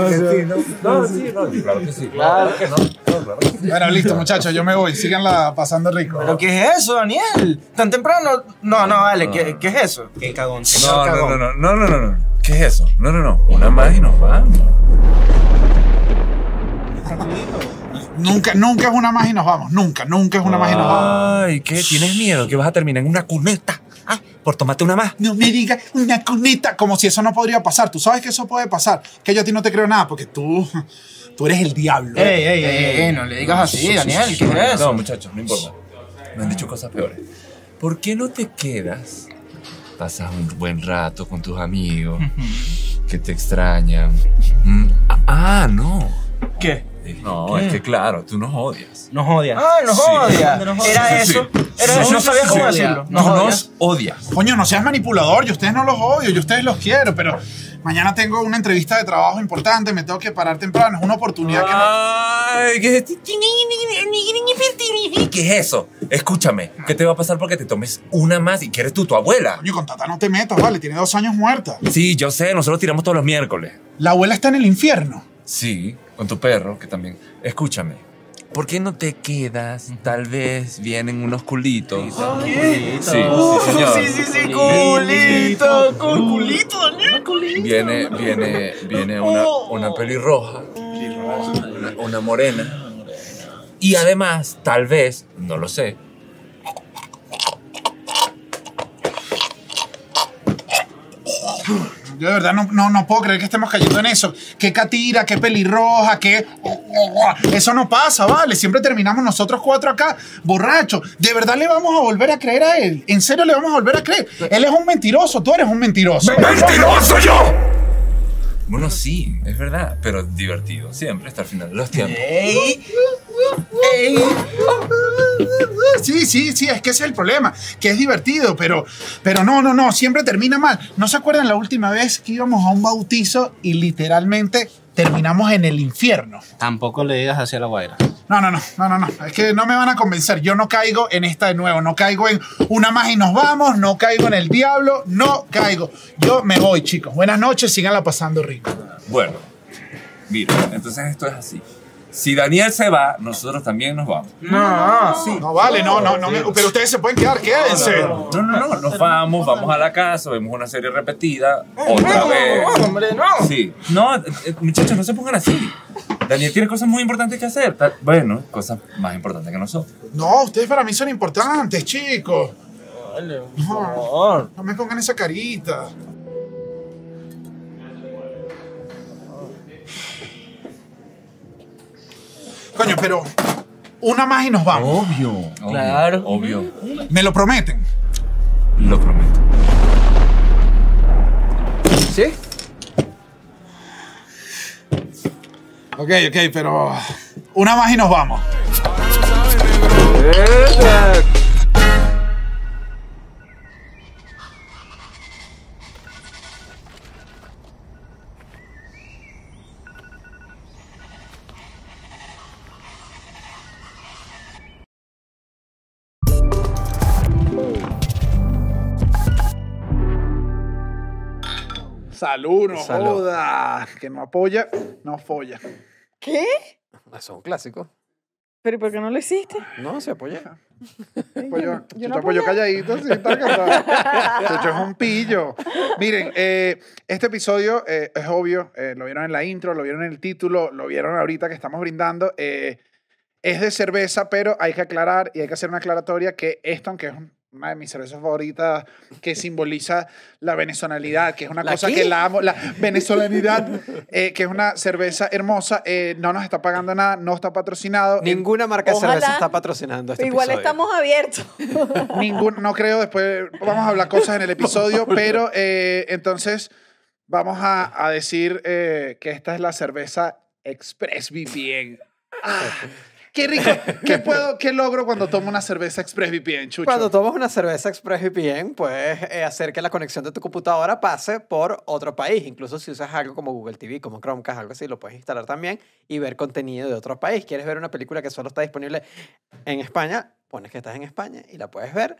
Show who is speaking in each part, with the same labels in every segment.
Speaker 1: No, sí, no, claro que sí.
Speaker 2: Ah,
Speaker 1: Claro que no. no, claro que sí.
Speaker 3: Bueno, listo, muchachos, yo me voy. Síganla pasando rico.
Speaker 2: ¿Pero qué es eso, Daniel? ¿Tan temprano? No, no, vale, ¿qué, qué es eso? Qué cagón.
Speaker 1: No, no, no, no, no, no, no, no. ¿Qué es eso? No, no, no. Una más y nos vamos.
Speaker 3: Nunca, nunca es una más y nos vamos. Nunca, nunca es una más y nos vamos.
Speaker 1: Ay, ¿qué? ¿Tienes miedo? ¿Que vas a terminar en una cuneta? Ah, por tomarte una más.
Speaker 3: No me digas una cunita, como si eso no podría pasar. Tú sabes que eso puede pasar. Que yo a ti no te creo nada, porque tú, tú eres el diablo.
Speaker 2: Ey, ey, ey, ey, no le digas así, Daniel, ¿qué es
Speaker 1: No,
Speaker 2: eso?
Speaker 1: muchachos, no importa. Me han dicho cosas peores. ¿Por qué no te quedas? Pasas un buen rato con tus amigos que te extrañan. Mm, Ah, ah, no.
Speaker 2: ¿Qué?
Speaker 1: No, es que claro, tú nos odias.
Speaker 4: Nos odian.
Speaker 2: Ah, nos
Speaker 1: Sí.
Speaker 2: odia. Era
Speaker 1: Sí, sí.
Speaker 2: eso. Era eso. No sabía cómo
Speaker 4: Sí.
Speaker 2: decirlo.
Speaker 1: Nos,
Speaker 2: Nos
Speaker 1: nos
Speaker 2: odia.
Speaker 1: odias.
Speaker 3: Coño, no seas manipulador. Yo a ustedes no los odio, yo a ustedes los quiero, pero mañana tengo una entrevista de trabajo importante, me tengo que parar temprano. Es una oportunidad que no.
Speaker 1: Ay, ¿qué es ¿Qué es eso? Escúchame, ¿qué te va a pasar porque te tomes una más y que eres tú, tu abuela?
Speaker 3: Coño, con Tata no te metas, vale, tiene dos años muerta.
Speaker 1: Sí, yo sé, nosotros tiramos todos los miércoles.
Speaker 3: La abuela está en el infierno.
Speaker 1: Sí, con tu perro, que también. Escúchame. ¿Por qué no te quedas? Tal vez vienen unos culitos. Sí, sí, señor.
Speaker 2: Sí, sí, sí, culito, cul- culito, Daniel, culito.
Speaker 1: Viene, viene, viene una, una Oh. pelirroja, una, una morena. Y además, tal vez, no lo sé.
Speaker 3: Yo de verdad no, no, no puedo creer que estemos cayendo en eso. Qué catira, qué pelirroja, qué... Eso no pasa, vale. Siempre terminamos nosotros cuatro acá, borrachos. De verdad le vamos a volver a creer a él. En serio le vamos a volver a creer. Él es un mentiroso, tú eres un mentiroso.
Speaker 1: ¡Mentiroso yo! Bueno, sí, es verdad, pero divertido siempre hasta el final de los tiempos.
Speaker 2: Ey, ey.
Speaker 3: Sí, sí, sí, es que ese es el problema, que es divertido, pero, pero no, no, no, siempre termina mal. ¿No se acuerdan la última vez que íbamos a un bautizo y literalmente terminamos en el infierno?
Speaker 4: Tampoco le digas hacia la guaira.
Speaker 3: No, no, no, no, no, no. Es que no me van a convencer. Yo no caigo en esta de nuevo. No caigo en una más y nos vamos. No caigo en el diablo. No caigo. Yo me voy, chicos. Buenas noches. Síganla pasando rico.
Speaker 1: Bueno, mira, entonces esto es así. Si Daniel se va, nosotros también nos vamos.
Speaker 2: No, sí.
Speaker 3: No vale, no, no, no. me- pero ustedes se pueden quedar. Quédense.
Speaker 1: No, no, no, Eh, nos vamos, vamos a la casa, vemos una serie repetida, otra
Speaker 2: No,
Speaker 1: vez.
Speaker 2: hombre, no.
Speaker 1: Sí. No, eh, eh, muchachos, no se pongan así. Daniel tiene cosas muy importantes que hacer. tal- Bueno, cosas más importantes que nosotros.
Speaker 3: No, ustedes para mí son importantes, chicos.
Speaker 2: Vale, por
Speaker 3: No,
Speaker 2: favor.
Speaker 3: no me pongan esa carita. Coño, pero una más y nos vamos.
Speaker 1: Ah, Obvio.
Speaker 2: Claro.
Speaker 1: Obvio.
Speaker 3: Me lo prometen.
Speaker 1: Lo prometo.
Speaker 2: ¿Sí?
Speaker 3: Ok, ok, pero una más y nos vamos. Salud, no joda. Que no apoya, no folla.
Speaker 5: ¿Qué?
Speaker 6: Eso es un clásico.
Speaker 5: ¿Pero por qué no lo hiciste?
Speaker 6: No, se apoya. Pues
Speaker 3: Pollo,
Speaker 5: yo
Speaker 3: Chucho
Speaker 5: no
Speaker 3: Pollo
Speaker 5: apoyé.
Speaker 3: calladito, sí, está casado. Chucho es un pillo. Miren, eh, este episodio eh, es obvio, eh, lo vieron en la intro, lo vieron en el título, lo vieron ahorita que estamos brindando. eh, es de cerveza, pero hay que aclarar y hay que hacer una aclaratoria que esto, aunque es un- una de mis cervezas favoritas, que simboliza la venezolanidad, que es una
Speaker 6: ¿La
Speaker 3: cosa
Speaker 6: qué?
Speaker 3: que la amo, la venezolanidad, eh, que es una cerveza hermosa, eh, no nos está pagando nada, no está patrocinado. eh, en-
Speaker 6: Ninguna marca
Speaker 5: Ojalá.
Speaker 6: de cerveza está patrocinando este
Speaker 5: Igual
Speaker 6: episodio.
Speaker 5: estamos abiertos.
Speaker 3: Ningún, no creo, después vamos a hablar cosas en el episodio, pero eh, entonces vamos a, a decir eh, que esta es la cerveza Express VPN. Ah, ¡Qué rico! ¿Qué, puedo, ¿Qué logro cuando tomo una cerveza Express VPN, Chucho?
Speaker 6: Cuando tomas una cerveza ExpressVPN, puedes eh, hacer que la conexión de tu computadora pase por otro país. Incluso si usas algo como Google TV, como Chromecast, algo así, lo puedes instalar también y ver contenido de otro país. ¿Quieres ver una película que solo está disponible en España? Pones que estás en España y la puedes ver.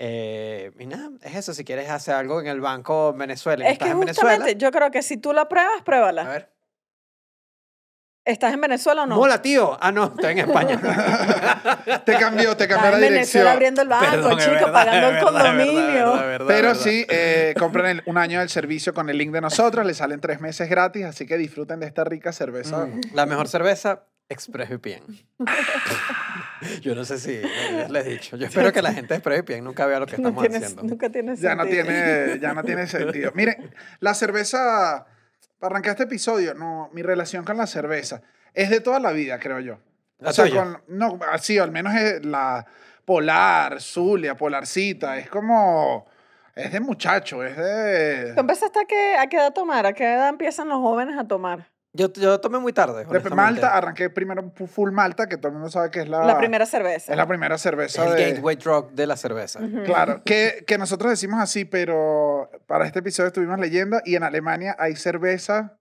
Speaker 6: Eh, y nada, es eso. Si quieres hacer algo en el banco en Venezuela, y
Speaker 5: Es
Speaker 6: estás
Speaker 5: que
Speaker 6: en Venezuela.
Speaker 5: justamente yo creo que si tú la pruebas,
Speaker 6: A
Speaker 5: pruébala.
Speaker 6: ver.
Speaker 5: ¿Estás en Venezuela o no?
Speaker 6: Mola, tío. Ah, no, estoy en España.
Speaker 3: Te cambió, te cambió
Speaker 5: Estás
Speaker 3: la dirección.
Speaker 5: en Venezuela abriendo el banco,
Speaker 6: Perdón, es
Speaker 5: chico,
Speaker 6: verdad,
Speaker 5: pagando
Speaker 6: es
Speaker 5: el
Speaker 6: verdad, es verdad,
Speaker 5: condominio.
Speaker 6: es verdad, es verdad,
Speaker 3: Pero
Speaker 6: es verdad.
Speaker 3: sí, eh, compran el- un año del servicio con el link de nosotros, les salen tres meses gratis, así que disfruten de esta rica cerveza.
Speaker 6: Mm, La mejor cerveza, ExpressVPN. yo no sé si les he dicho. Yo espero que la gente de ExpressVPN nunca vea lo que
Speaker 5: No
Speaker 6: estamos
Speaker 5: tienes-
Speaker 6: haciendo.
Speaker 5: nunca tienes
Speaker 3: Ya no tiene, ya no tiene sentido. Miren, la cerveza, para arrancar este episodio, no, mi relación con la cerveza es de toda la vida, creo yo.
Speaker 6: ¿La
Speaker 3: o sea,
Speaker 6: tuya?
Speaker 3: con- no, ah, sí, al menos es la Polar, Zulia, Polarcita, es como, es de muchacho, es de...
Speaker 5: ¿Tú empezaste a qué, a qué edad a tomar? ¿A qué edad empiezan los jóvenes a tomar?
Speaker 6: Yo, yo tomé muy
Speaker 3: de
Speaker 6: tarde. honestamente.
Speaker 3: Malta, arranqué primero full Malta, que todo el mundo sabe que es la...
Speaker 5: la primera cerveza.
Speaker 3: Es la primera
Speaker 6: Ah, Es
Speaker 3: cerveza
Speaker 6: el
Speaker 3: de...
Speaker 6: gateway drug de la cerveza.
Speaker 5: Ujú.
Speaker 3: Claro, que, que nosotros decimos así, pero para este episodio estuvimos leyendo y en Alemania hay cerveza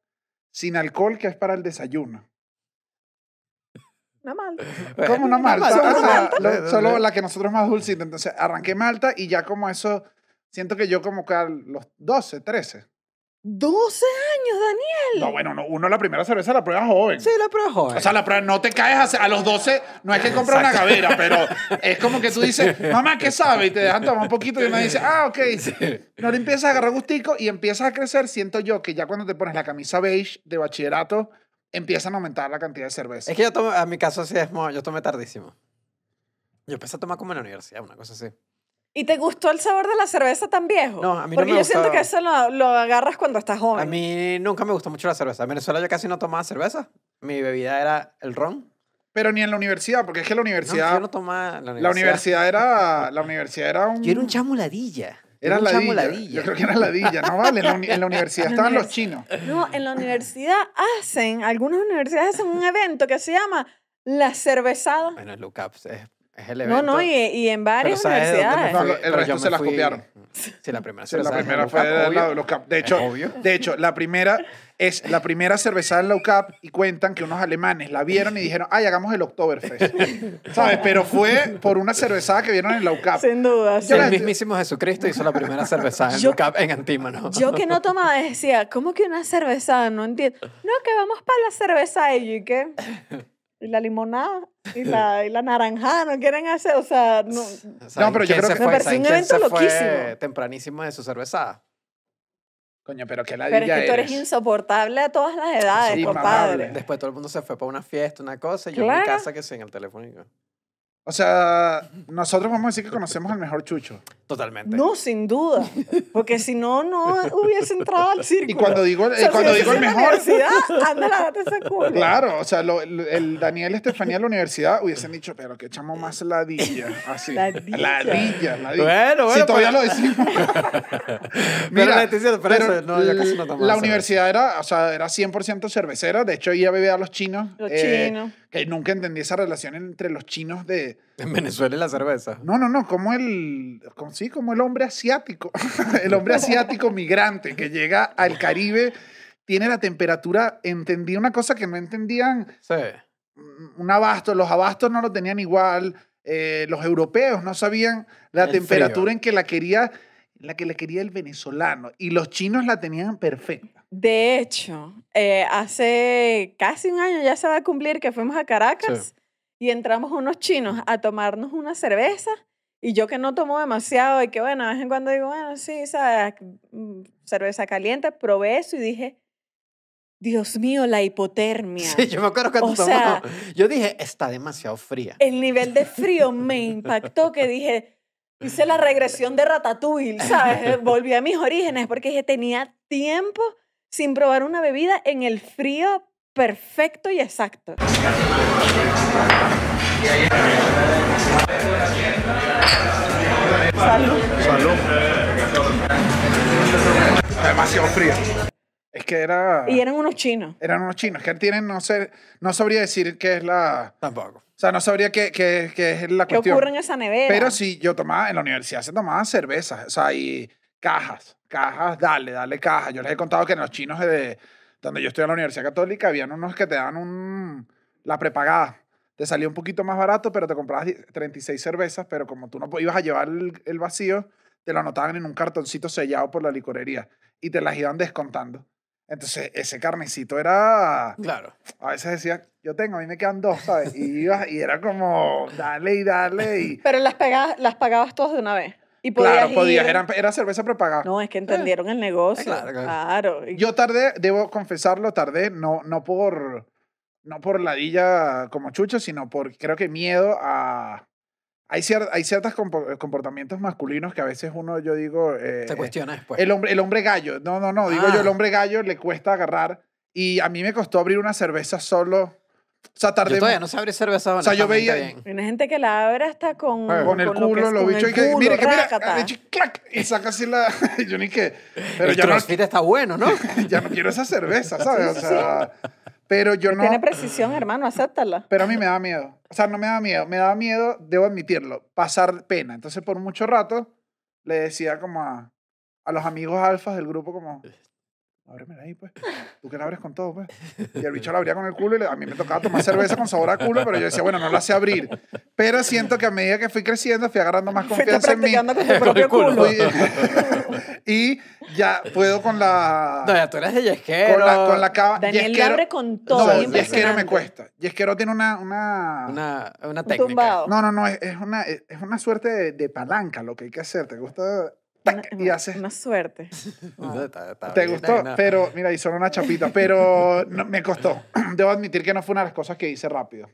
Speaker 3: sin alcohol que es para el desayuno.
Speaker 5: No mal.
Speaker 3: Como una malta,
Speaker 6: malta.
Speaker 3: o sea, lo-
Speaker 6: Malta.
Speaker 3: solo la que nosotros es más dulcita. Entonces arranqué malta y ya como eso, siento que yo como que a los 12, 13.
Speaker 5: 12 años, Daniel.
Speaker 3: No, bueno, no, uno la primera cerveza la prueba joven.
Speaker 6: Sí, la prueba joven.
Speaker 3: O sea, la prueba, no te caes a, a los 12, no es que compras una gavera, pero es como que tú dices, mamá, ¿qué sabe? Y te dejan tomar un poquito y uno dice, ah, ok. No le empiezas a agarrar gustico y empiezas a crecer. Siento yo que ya cuando te pones la camisa beige de bachillerato, empiezan a aumentar la cantidad de cerveza.
Speaker 6: Es que yo tomé, a mi caso sí es, mo- yo tomé tardísimo. Yo empecé a tomar como en la universidad, una cosa así.
Speaker 5: ¿Y te gustó el sabor de la cerveza tan viejo?
Speaker 6: No, a mí no
Speaker 5: Porque
Speaker 6: me
Speaker 5: yo siento que
Speaker 6: gustaba.
Speaker 5: eso lo, lo agarras cuando estás joven.
Speaker 6: A mí nunca me gustó mucho la cerveza. En Venezuela yo casi no tomaba cerveza. Mi bebida era el ron.
Speaker 3: Pero ni en la universidad, porque es que la
Speaker 6: No,
Speaker 3: universidad,
Speaker 6: yo no tomaba en la universidad.
Speaker 3: la universidad era, la universidad era un...
Speaker 6: Yo era un chamuladilla.
Speaker 3: era
Speaker 6: un
Speaker 3: ladilla.
Speaker 6: chamuladilla.
Speaker 3: Yo creo que era ladilla, no vale. En la, uni- en la universidad
Speaker 5: En la
Speaker 3: estaban los
Speaker 5: universidad.
Speaker 3: chinos.
Speaker 5: No, en la universidad hacen, algunas universidades hacen un evento que se llama La Cervezada.
Speaker 6: Bueno, el Lucaps es, es el
Speaker 5: No,
Speaker 6: evento.
Speaker 5: no, y, y en
Speaker 6: Pero
Speaker 5: varias
Speaker 6: ¿sabes dónde me
Speaker 5: universidades.
Speaker 3: No,
Speaker 6: fui?
Speaker 3: lo- el
Speaker 6: Pero
Speaker 3: resto
Speaker 6: yo
Speaker 3: se
Speaker 6: me
Speaker 3: las
Speaker 6: fui-
Speaker 3: copiaron.
Speaker 6: Sí, la primera
Speaker 3: Sí, la
Speaker 6: cerveza es
Speaker 3: primera
Speaker 6: el
Speaker 3: fue
Speaker 6: Lucap,
Speaker 3: la-
Speaker 6: obvio.
Speaker 3: los cap- De
Speaker 6: Es
Speaker 3: hecho,
Speaker 6: obvio.
Speaker 3: de hecho, la primera es la primera cerveza en low cap y cuentan que unos alemanes la vieron y dijeron, ay, hagamos el Oktoberfest. ¿Sabes? Pero fue por una cervezada que vieron en low cap.
Speaker 5: Sin duda. sí.
Speaker 3: Yo la-
Speaker 6: el mismísimo Jesucristo hizo la primera cerveza en
Speaker 5: Yo-
Speaker 6: Lucap en Antímano.
Speaker 5: Yo que no tomaba decía, ¿cómo que una cervezada? No entiendo. No, que vamos para la cerveza ellos y qué. Y la limonada y la, y la naranjada, no quieren hacer, o sea, no.
Speaker 3: No, pero yo creo que-
Speaker 5: Me pareció un evento loquísimo.
Speaker 6: tempranísimo de su cervezada.
Speaker 3: Coño, pero que la
Speaker 5: Pero es que tú eres insoportable a todas las edades,
Speaker 3: Sí,
Speaker 5: compadre.
Speaker 3: mamable.
Speaker 6: Después todo el mundo se fue para una fiesta, una cosa, y yo en mi
Speaker 5: Claro.
Speaker 6: casa que sí, en el telefónico.
Speaker 3: O sea, nosotros vamos a decir que conocemos al mejor chucho.
Speaker 6: Totalmente.
Speaker 5: No, sin duda. Porque si no, no hubiese entrado al círculo.
Speaker 3: Y cuando digo, el-
Speaker 5: O sea, si
Speaker 3: cuando
Speaker 5: hubiese
Speaker 3: digo el
Speaker 5: sido en la
Speaker 3: mejor,
Speaker 5: universidad, ándale, date ese culo.
Speaker 3: claro, o sea, lo- lo- el Daniel Estefanía de la universidad hubiesen dicho, pero que echamos más ladilla. Así.
Speaker 5: Ladilla.
Speaker 3: Ladilla, ladilla.
Speaker 6: Bueno, bueno,
Speaker 3: si todavía
Speaker 6: pero-
Speaker 3: lo decimos.
Speaker 6: Pero la intención, pero eso, no, yo casi no tomaba
Speaker 3: la
Speaker 6: cerveza.
Speaker 3: universidad era, o sea, era 100% cervecera. De hecho, iba a beber a los chinos.
Speaker 5: Los
Speaker 3: eh,
Speaker 5: chinos.
Speaker 3: Que nunca entendí esa relación entre los chinos de...
Speaker 6: En Venezuela y la cerveza.
Speaker 3: No, no, no, como el... Como, sí, como el hombre asiático. el hombre asiático migrante que llega al Caribe, tiene la temperatura... Entendí una cosa que no entendían
Speaker 6: Sí.
Speaker 3: un- un abasto, los abastos no lo tenían igual, eh, los europeos no sabían la
Speaker 6: El
Speaker 3: temperatura
Speaker 6: frío.
Speaker 3: en que la quería la que le quería el venezolano y los chinos la tenían perfecta.
Speaker 5: De hecho, eh, hace casi un año ya se va a cumplir que fuimos a Caracas y entramos unos chinos a tomarnos una cerveza y yo que no tomo demasiado y que bueno, de vez en cuando digo, bueno, sí, ¿sabes? Mm, cerveza caliente, probé eso y dije, Dios mío, la hipotermia.
Speaker 6: Sí, yo me acuerdo cuando
Speaker 5: O sea- eh,
Speaker 6: tomamos. Yo dije, está demasiado fría.
Speaker 5: El nivel de frío me impactó que dije, hice la regresión de Ratatouille, ¿sabes? Volví a mis orígenes porque dije, tenía tiempo sin probar una bebida en el frío perfecto y exacto.
Speaker 3: Demasiado fría. Es que era
Speaker 5: Y eran unos chinos.
Speaker 3: eran unos chinos que tienen no sé no sabría decir qué es la
Speaker 6: Tampoco.
Speaker 3: o sea no sabría qué, qué- qué es la
Speaker 5: ¿Qué
Speaker 3: cuestión.
Speaker 5: ocurre en esa nevera?
Speaker 3: Pero sí yo tomaba en la universidad se tomaba cervezas, o sea y cajas cajas dale dale cajas. Yo les he contado que en los chinos de donde yo estoy en la universidad católica habían unos que te dan un la prepagada te salía un poquito más barato, pero te comprabas die- 36 cervezas, pero como tú no po- ibas a llevar el, el vacío, te lo anotaban en un cartoncito sellado por la licorería y te las iban descontando. Entonces, ese carnecito era...
Speaker 6: Claro.
Speaker 3: A veces decía, yo tengo, a mí me quedan dos, ¿sabes? Y ibas y era como, dale y dale y...
Speaker 5: Pero las, pegabas, las pagabas todas de una vez. Y podías
Speaker 3: claro, podías,
Speaker 5: ir-
Speaker 3: eran- Eh, era cerveza prepagada.
Speaker 5: No, es que entendieron el negocio.
Speaker 6: claro,
Speaker 5: claro,
Speaker 6: claro.
Speaker 5: Y-
Speaker 3: Yo tardé, debo confesarlo, tardé, no, no por no por ladilla como chucho, sino por creo que miedo a hay cier- hay ciertos comportamientos masculinos que a veces uno yo digo eh,
Speaker 6: Te cuestiona
Speaker 5: pues.
Speaker 6: después.
Speaker 3: el hombre el hombre gallo, no no no, digo
Speaker 6: Ah.
Speaker 3: yo el hombre gallo le cuesta agarrar y a mí me costó abrir una cerveza solo, o sea tardé
Speaker 6: Yo todavía
Speaker 3: mu-
Speaker 6: no sé abrir cerveza.
Speaker 3: O sea, yo
Speaker 6: honestamente,
Speaker 3: veía-
Speaker 6: bien.
Speaker 5: Hay una gente que la abre hasta con,
Speaker 3: con el
Speaker 5: lo
Speaker 3: culo,
Speaker 5: que-
Speaker 3: los
Speaker 5: con
Speaker 3: bichos,
Speaker 5: el
Speaker 3: y que
Speaker 5: culo,
Speaker 3: mira, que mira,
Speaker 5: rácata.
Speaker 3: y clac, y saca así la. y Yo ni que. Pero
Speaker 6: el
Speaker 3: ya no,
Speaker 6: crossfit está bueno, ¿no?
Speaker 3: ya no quiero esa cerveza, ¿sabes? O sea, pero yo no.
Speaker 5: Tiene precisión, hermano, acéptala.
Speaker 3: Pero a mí me da miedo. O sea, no me da miedo. Me da miedo, debo admitirlo, pasar pena. Entonces, por mucho rato, le decía como a, a los amigos alfas del grupo, como, ábreme ahí, pues. Tú que la abres con todo, pues. Y el bicho la abría con el culo y le- a mí me tocaba tomar cerveza con sabor a culo, pero yo decía, bueno, no la sé abrir. Pero siento que a medida que fui creciendo, fui agarrando más
Speaker 5: Fuiste
Speaker 3: confianza en mí.
Speaker 5: practicando con tu propio culo.
Speaker 3: Fui- y ya puedo con la...
Speaker 6: No, ya tú eres de yesquero.
Speaker 3: con la, con la cava.
Speaker 5: Daniel la
Speaker 3: yesquero-
Speaker 5: abre con todo.
Speaker 3: no,
Speaker 5: es
Speaker 3: Yesquero
Speaker 5: impresionante.
Speaker 3: me cuesta. Yesquero tiene una... una...
Speaker 6: Una, una
Speaker 5: Un
Speaker 6: técnica.
Speaker 5: tumbado.
Speaker 3: No, no, no, es, es una, es es una suerte de, de palanca lo que hay que hacer. ¿Te gusta?
Speaker 5: Una-
Speaker 3: Y haces...
Speaker 5: Una suerte.
Speaker 6: No, está- está
Speaker 3: ¿Te
Speaker 6: bien,
Speaker 3: gustó?
Speaker 6: no.
Speaker 3: Pero, mira, y son una chapita, pero no, me costó. Debo admitir que no fue una de las cosas que hice rápido.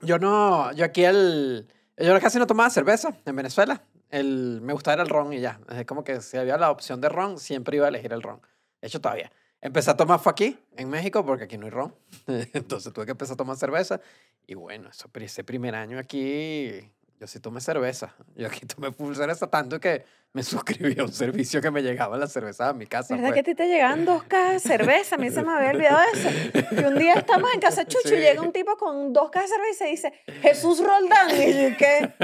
Speaker 6: Yo no, yo aquí el... Yo casi no tomaba cerveza en Venezuela. El, me gustaba era el ron y ya. Es como que si había la opción de ron, siempre iba a elegir el ron. De hecho, todavía. Empecé a tomar fue aquí, en México, porque aquí no hay ron. Entonces tuve que empezar a tomar cerveza. Y bueno, eso, pri- ese primer año aquí, yo sí tomé cerveza. Yo aquí tomé full cerveza tanto que me suscribí a un servicio que me llegaba la cerveza a mi casa.
Speaker 5: ¿Verdad
Speaker 6: pues.
Speaker 5: que a ti te llegaban dos cajas de cerveza? A mí se me había olvidado eso. Y un día estamos en casa de Chucho y
Speaker 6: Sí.
Speaker 5: llega un tipo con dos cajas de cerveza y dice, Jesús Roldán. Y yo, ¿qué?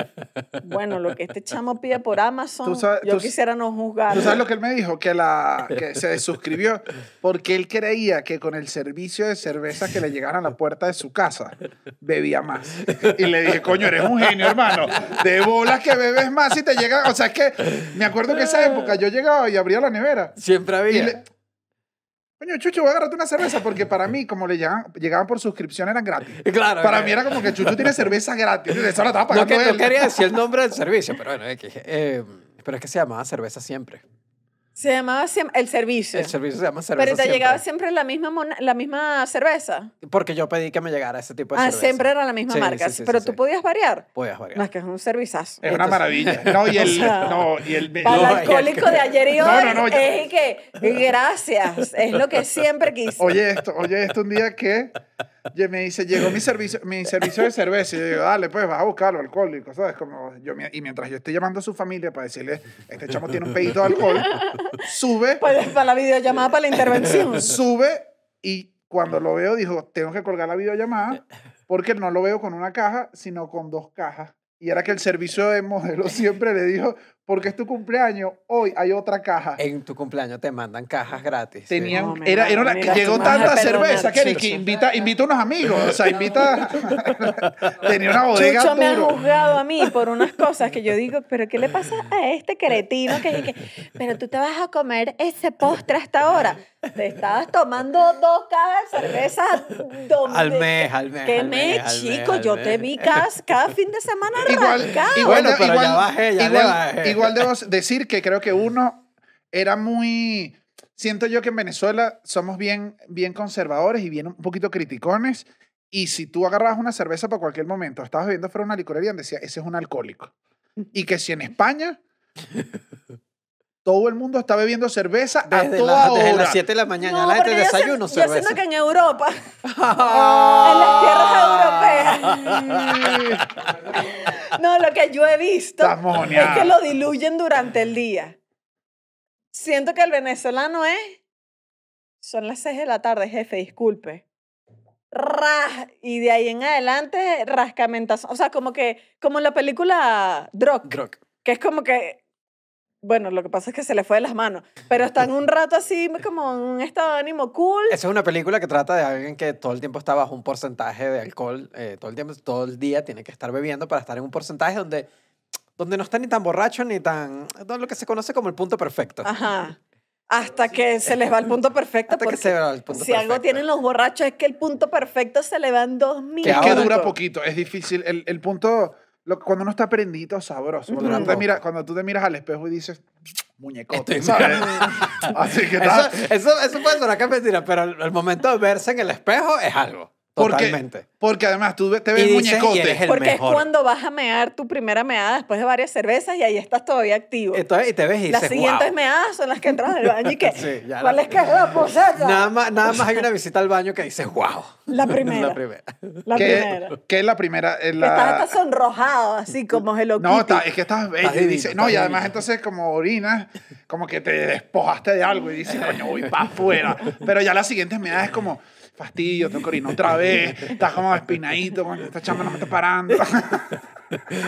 Speaker 5: Bueno, lo que este chamo pide por Amazon,
Speaker 3: Tú sabes-
Speaker 5: yo
Speaker 3: tú-
Speaker 5: quisiera no juzgar.
Speaker 3: ¿Tú sabes lo que él me dijo? Que, la, que se suscribió porque él creía que con el servicio de cerveza que le llegaran a la puerta de su casa, bebía más. Y le dije, coño, eres un genio, hermano. De bolas que bebes más y te llega... O sea, es que me acuerdo que esa época yo llegaba y abría la nevera
Speaker 6: Siempre
Speaker 3: Y
Speaker 6: había.
Speaker 3: le- Coño, Chucho, voy a agarrarte una cerveza porque para mí, como le llegaban, llegaban por suscripción, eran gratis.
Speaker 6: Claro. eh,
Speaker 3: Para
Speaker 6: claro.
Speaker 3: mí era como que Chucho tiene cerveza gratis. Eso Ah, la estaba
Speaker 6: No,
Speaker 3: pagando
Speaker 6: que, no
Speaker 3: él.
Speaker 6: quería decir el nombre del servicio, pero bueno, X. Eh, pero es que se llamaba cerveza siempre.
Speaker 5: Se llamaba siempre el servicio.
Speaker 6: El servicio se llama cerveza
Speaker 5: Pero te
Speaker 6: siempre.
Speaker 5: llegaba siempre la misma, mona- la misma cerveza.
Speaker 6: Porque yo pedí que me llegara ese tipo de
Speaker 5: Ah,
Speaker 6: Pues cerveza.
Speaker 5: siempre era la misma
Speaker 6: Sí,
Speaker 5: marca.
Speaker 6: sí, sí,
Speaker 5: pero
Speaker 6: sí,
Speaker 5: tú
Speaker 6: sí.
Speaker 5: podías variar.
Speaker 6: Podías
Speaker 5: No, es
Speaker 6: variar.
Speaker 5: que es un servizazo.
Speaker 3: Es una maravilla. No, y
Speaker 5: O
Speaker 3: el...
Speaker 5: sea,
Speaker 3: No, y el...
Speaker 5: Para
Speaker 6: No,
Speaker 5: el
Speaker 6: y el
Speaker 5: alcohólico
Speaker 6: que-
Speaker 5: de ayer y hoy
Speaker 3: No, no, no, yo-
Speaker 5: es que gracias, es lo que siempre quise.
Speaker 3: Oye esto, oye esto un día que ye- me dice, llegó mi servicio, mi servicio de cerveza. Y yo digo, dale, pues vas a buscarlo, alcohólico, ¿sabes? Como yo, mi- y mientras yo estoy llamando a su familia para decirle, este chamo tiene un pedito de alcohol, sube,
Speaker 5: Para, Pues, para la videollamada, para la intervención.
Speaker 3: sube y cuando lo veo dijo, tengo que colgar la videollamada porque no lo veo con una caja, sino con dos cajas. Y era que el servicio de modelo siempre le dijo, porque es tu cumpleaños, hoy hay otra caja.
Speaker 6: En tu cumpleaños te mandan cajas gratis. sí.
Speaker 3: Tenían,
Speaker 5: No, me
Speaker 3: era,
Speaker 5: vas-
Speaker 3: era una-
Speaker 5: me vas-
Speaker 3: llegó
Speaker 5: me vas a
Speaker 3: tanta
Speaker 5: perdonar,
Speaker 3: cerveza que, ni
Speaker 5: Chucho.
Speaker 3: que invita, invita unos amigos, o sea, invita, tenía una bodega
Speaker 5: Chucho me ha
Speaker 3: duro.
Speaker 5: juzgado a mí por unas cosas que yo digo, pero ¿qué le pasa a este cretino que dice que, pero tú te vas a comer ese postre hasta ahora? Te estabas tomando dos cajas de cerveza donde-
Speaker 6: Al mes, al mes.
Speaker 5: ¿Qué
Speaker 6: al
Speaker 5: mes,
Speaker 6: al
Speaker 5: chico?
Speaker 6: al
Speaker 5: yo
Speaker 6: mes.
Speaker 5: te vi cada, cada fin de semana
Speaker 3: Igual,
Speaker 5: arrancar.
Speaker 3: igual,
Speaker 6: Bueno,
Speaker 3: de-
Speaker 6: pero ya
Speaker 3: igual,
Speaker 6: bajé, ya le
Speaker 3: igual-
Speaker 6: bajé.
Speaker 3: igual debo decir que creo que uno era muy, siento yo que en Venezuela somos bien, bien conservadores y bien un poquito criticones. Y si tú agarrabas una cerveza para cualquier momento, estabas bebiendo fuera de una licorería, decía, ese es un alcohólico. Y que si en España todo el mundo está bebiendo cerveza a
Speaker 6: Desde,
Speaker 3: toda
Speaker 6: la,
Speaker 3: hora.
Speaker 6: desde las 7 de la mañana, la gente
Speaker 5: porque yo
Speaker 6: desayuno
Speaker 5: sé- Yo
Speaker 6: cerveza.
Speaker 5: siento que en Europa, en las
Speaker 6: Ah.
Speaker 5: tierras europeas. No, lo que yo he visto
Speaker 3: Estás moneada.
Speaker 5: es que lo diluyen durante el día. Siento que el venezolano es. Son las 6 de la tarde, jefe, disculpe. Ras, y de ahí en adelante, rascamentación. O sea, como que, como en la película Drog,
Speaker 6: Drog.
Speaker 5: que es como que Bueno, lo que pasa es que se le fue de las manos. Pero están un rato así, como en un estado de ánimo cool.
Speaker 6: Esa es una película que trata de alguien que todo el tiempo está bajo un porcentaje de alcohol, eh, todo el tiempo, todo el día tiene que estar bebiendo para estar en un porcentaje donde, donde no está ni tan borracho ni tan... no, Lo que se conoce como el punto perfecto.
Speaker 5: Ajá. Hasta que se les va el punto perfecto.
Speaker 6: Hasta que
Speaker 5: porque
Speaker 6: se vea el punto
Speaker 5: si algo
Speaker 6: perfecto.
Speaker 5: tienen los borrachos es que el punto perfecto se le va en dos minutos.
Speaker 3: Es que
Speaker 6: ahora-
Speaker 3: dura poquito, es difícil. El, el punto, lo- cuando uno está prendito, sabroso. Cuando,
Speaker 6: Ujú.
Speaker 3: tú te miras, cuando tú te miras al espejo y dices, muñecote,
Speaker 6: Estoy
Speaker 3: ¿sabes? Así que
Speaker 6: Eso,
Speaker 3: está.
Speaker 6: eso, eso puede sonar que es mentira, pero el, el momento de verse en el espejo es algo.
Speaker 3: Porque,
Speaker 6: Totalmente.
Speaker 3: porque además tú ve- te ves
Speaker 6: dices, y
Speaker 3: muñecote.
Speaker 6: eres el
Speaker 5: Porque
Speaker 6: mejor.
Speaker 5: es cuando vas a mear tu primera meada después de varias cervezas y ahí estás todavía activo.
Speaker 6: Entonces, y te ves y
Speaker 5: Las
Speaker 6: dices,
Speaker 5: siguientes
Speaker 6: "Guau".
Speaker 5: meadas son las que entras al baño y que,
Speaker 6: Sí, ya
Speaker 5: ¿cuál
Speaker 6: la-
Speaker 5: es que es la posada?
Speaker 6: Nada más, nada más hay una visita al baño que dices, wow.
Speaker 5: La primera.
Speaker 6: La primera.
Speaker 5: La primera.
Speaker 3: que, que es la primera. es
Speaker 5: Que
Speaker 3: la-
Speaker 5: estás hasta sonrojado, así como Hello
Speaker 3: No,
Speaker 5: Kitty.
Speaker 3: está- es que estás bello.
Speaker 6: Estás
Speaker 3: y dice-
Speaker 6: divino,
Speaker 3: no, y
Speaker 6: estás
Speaker 3: además
Speaker 6: divino.
Speaker 3: entonces como orinas, como que te despojaste de algo y dices, coño, voy para afuera. Pero ya las siguientes me es como fastidio, tengo que orinar otra vez, estás como despinadito, coño, esta chama no me está parando.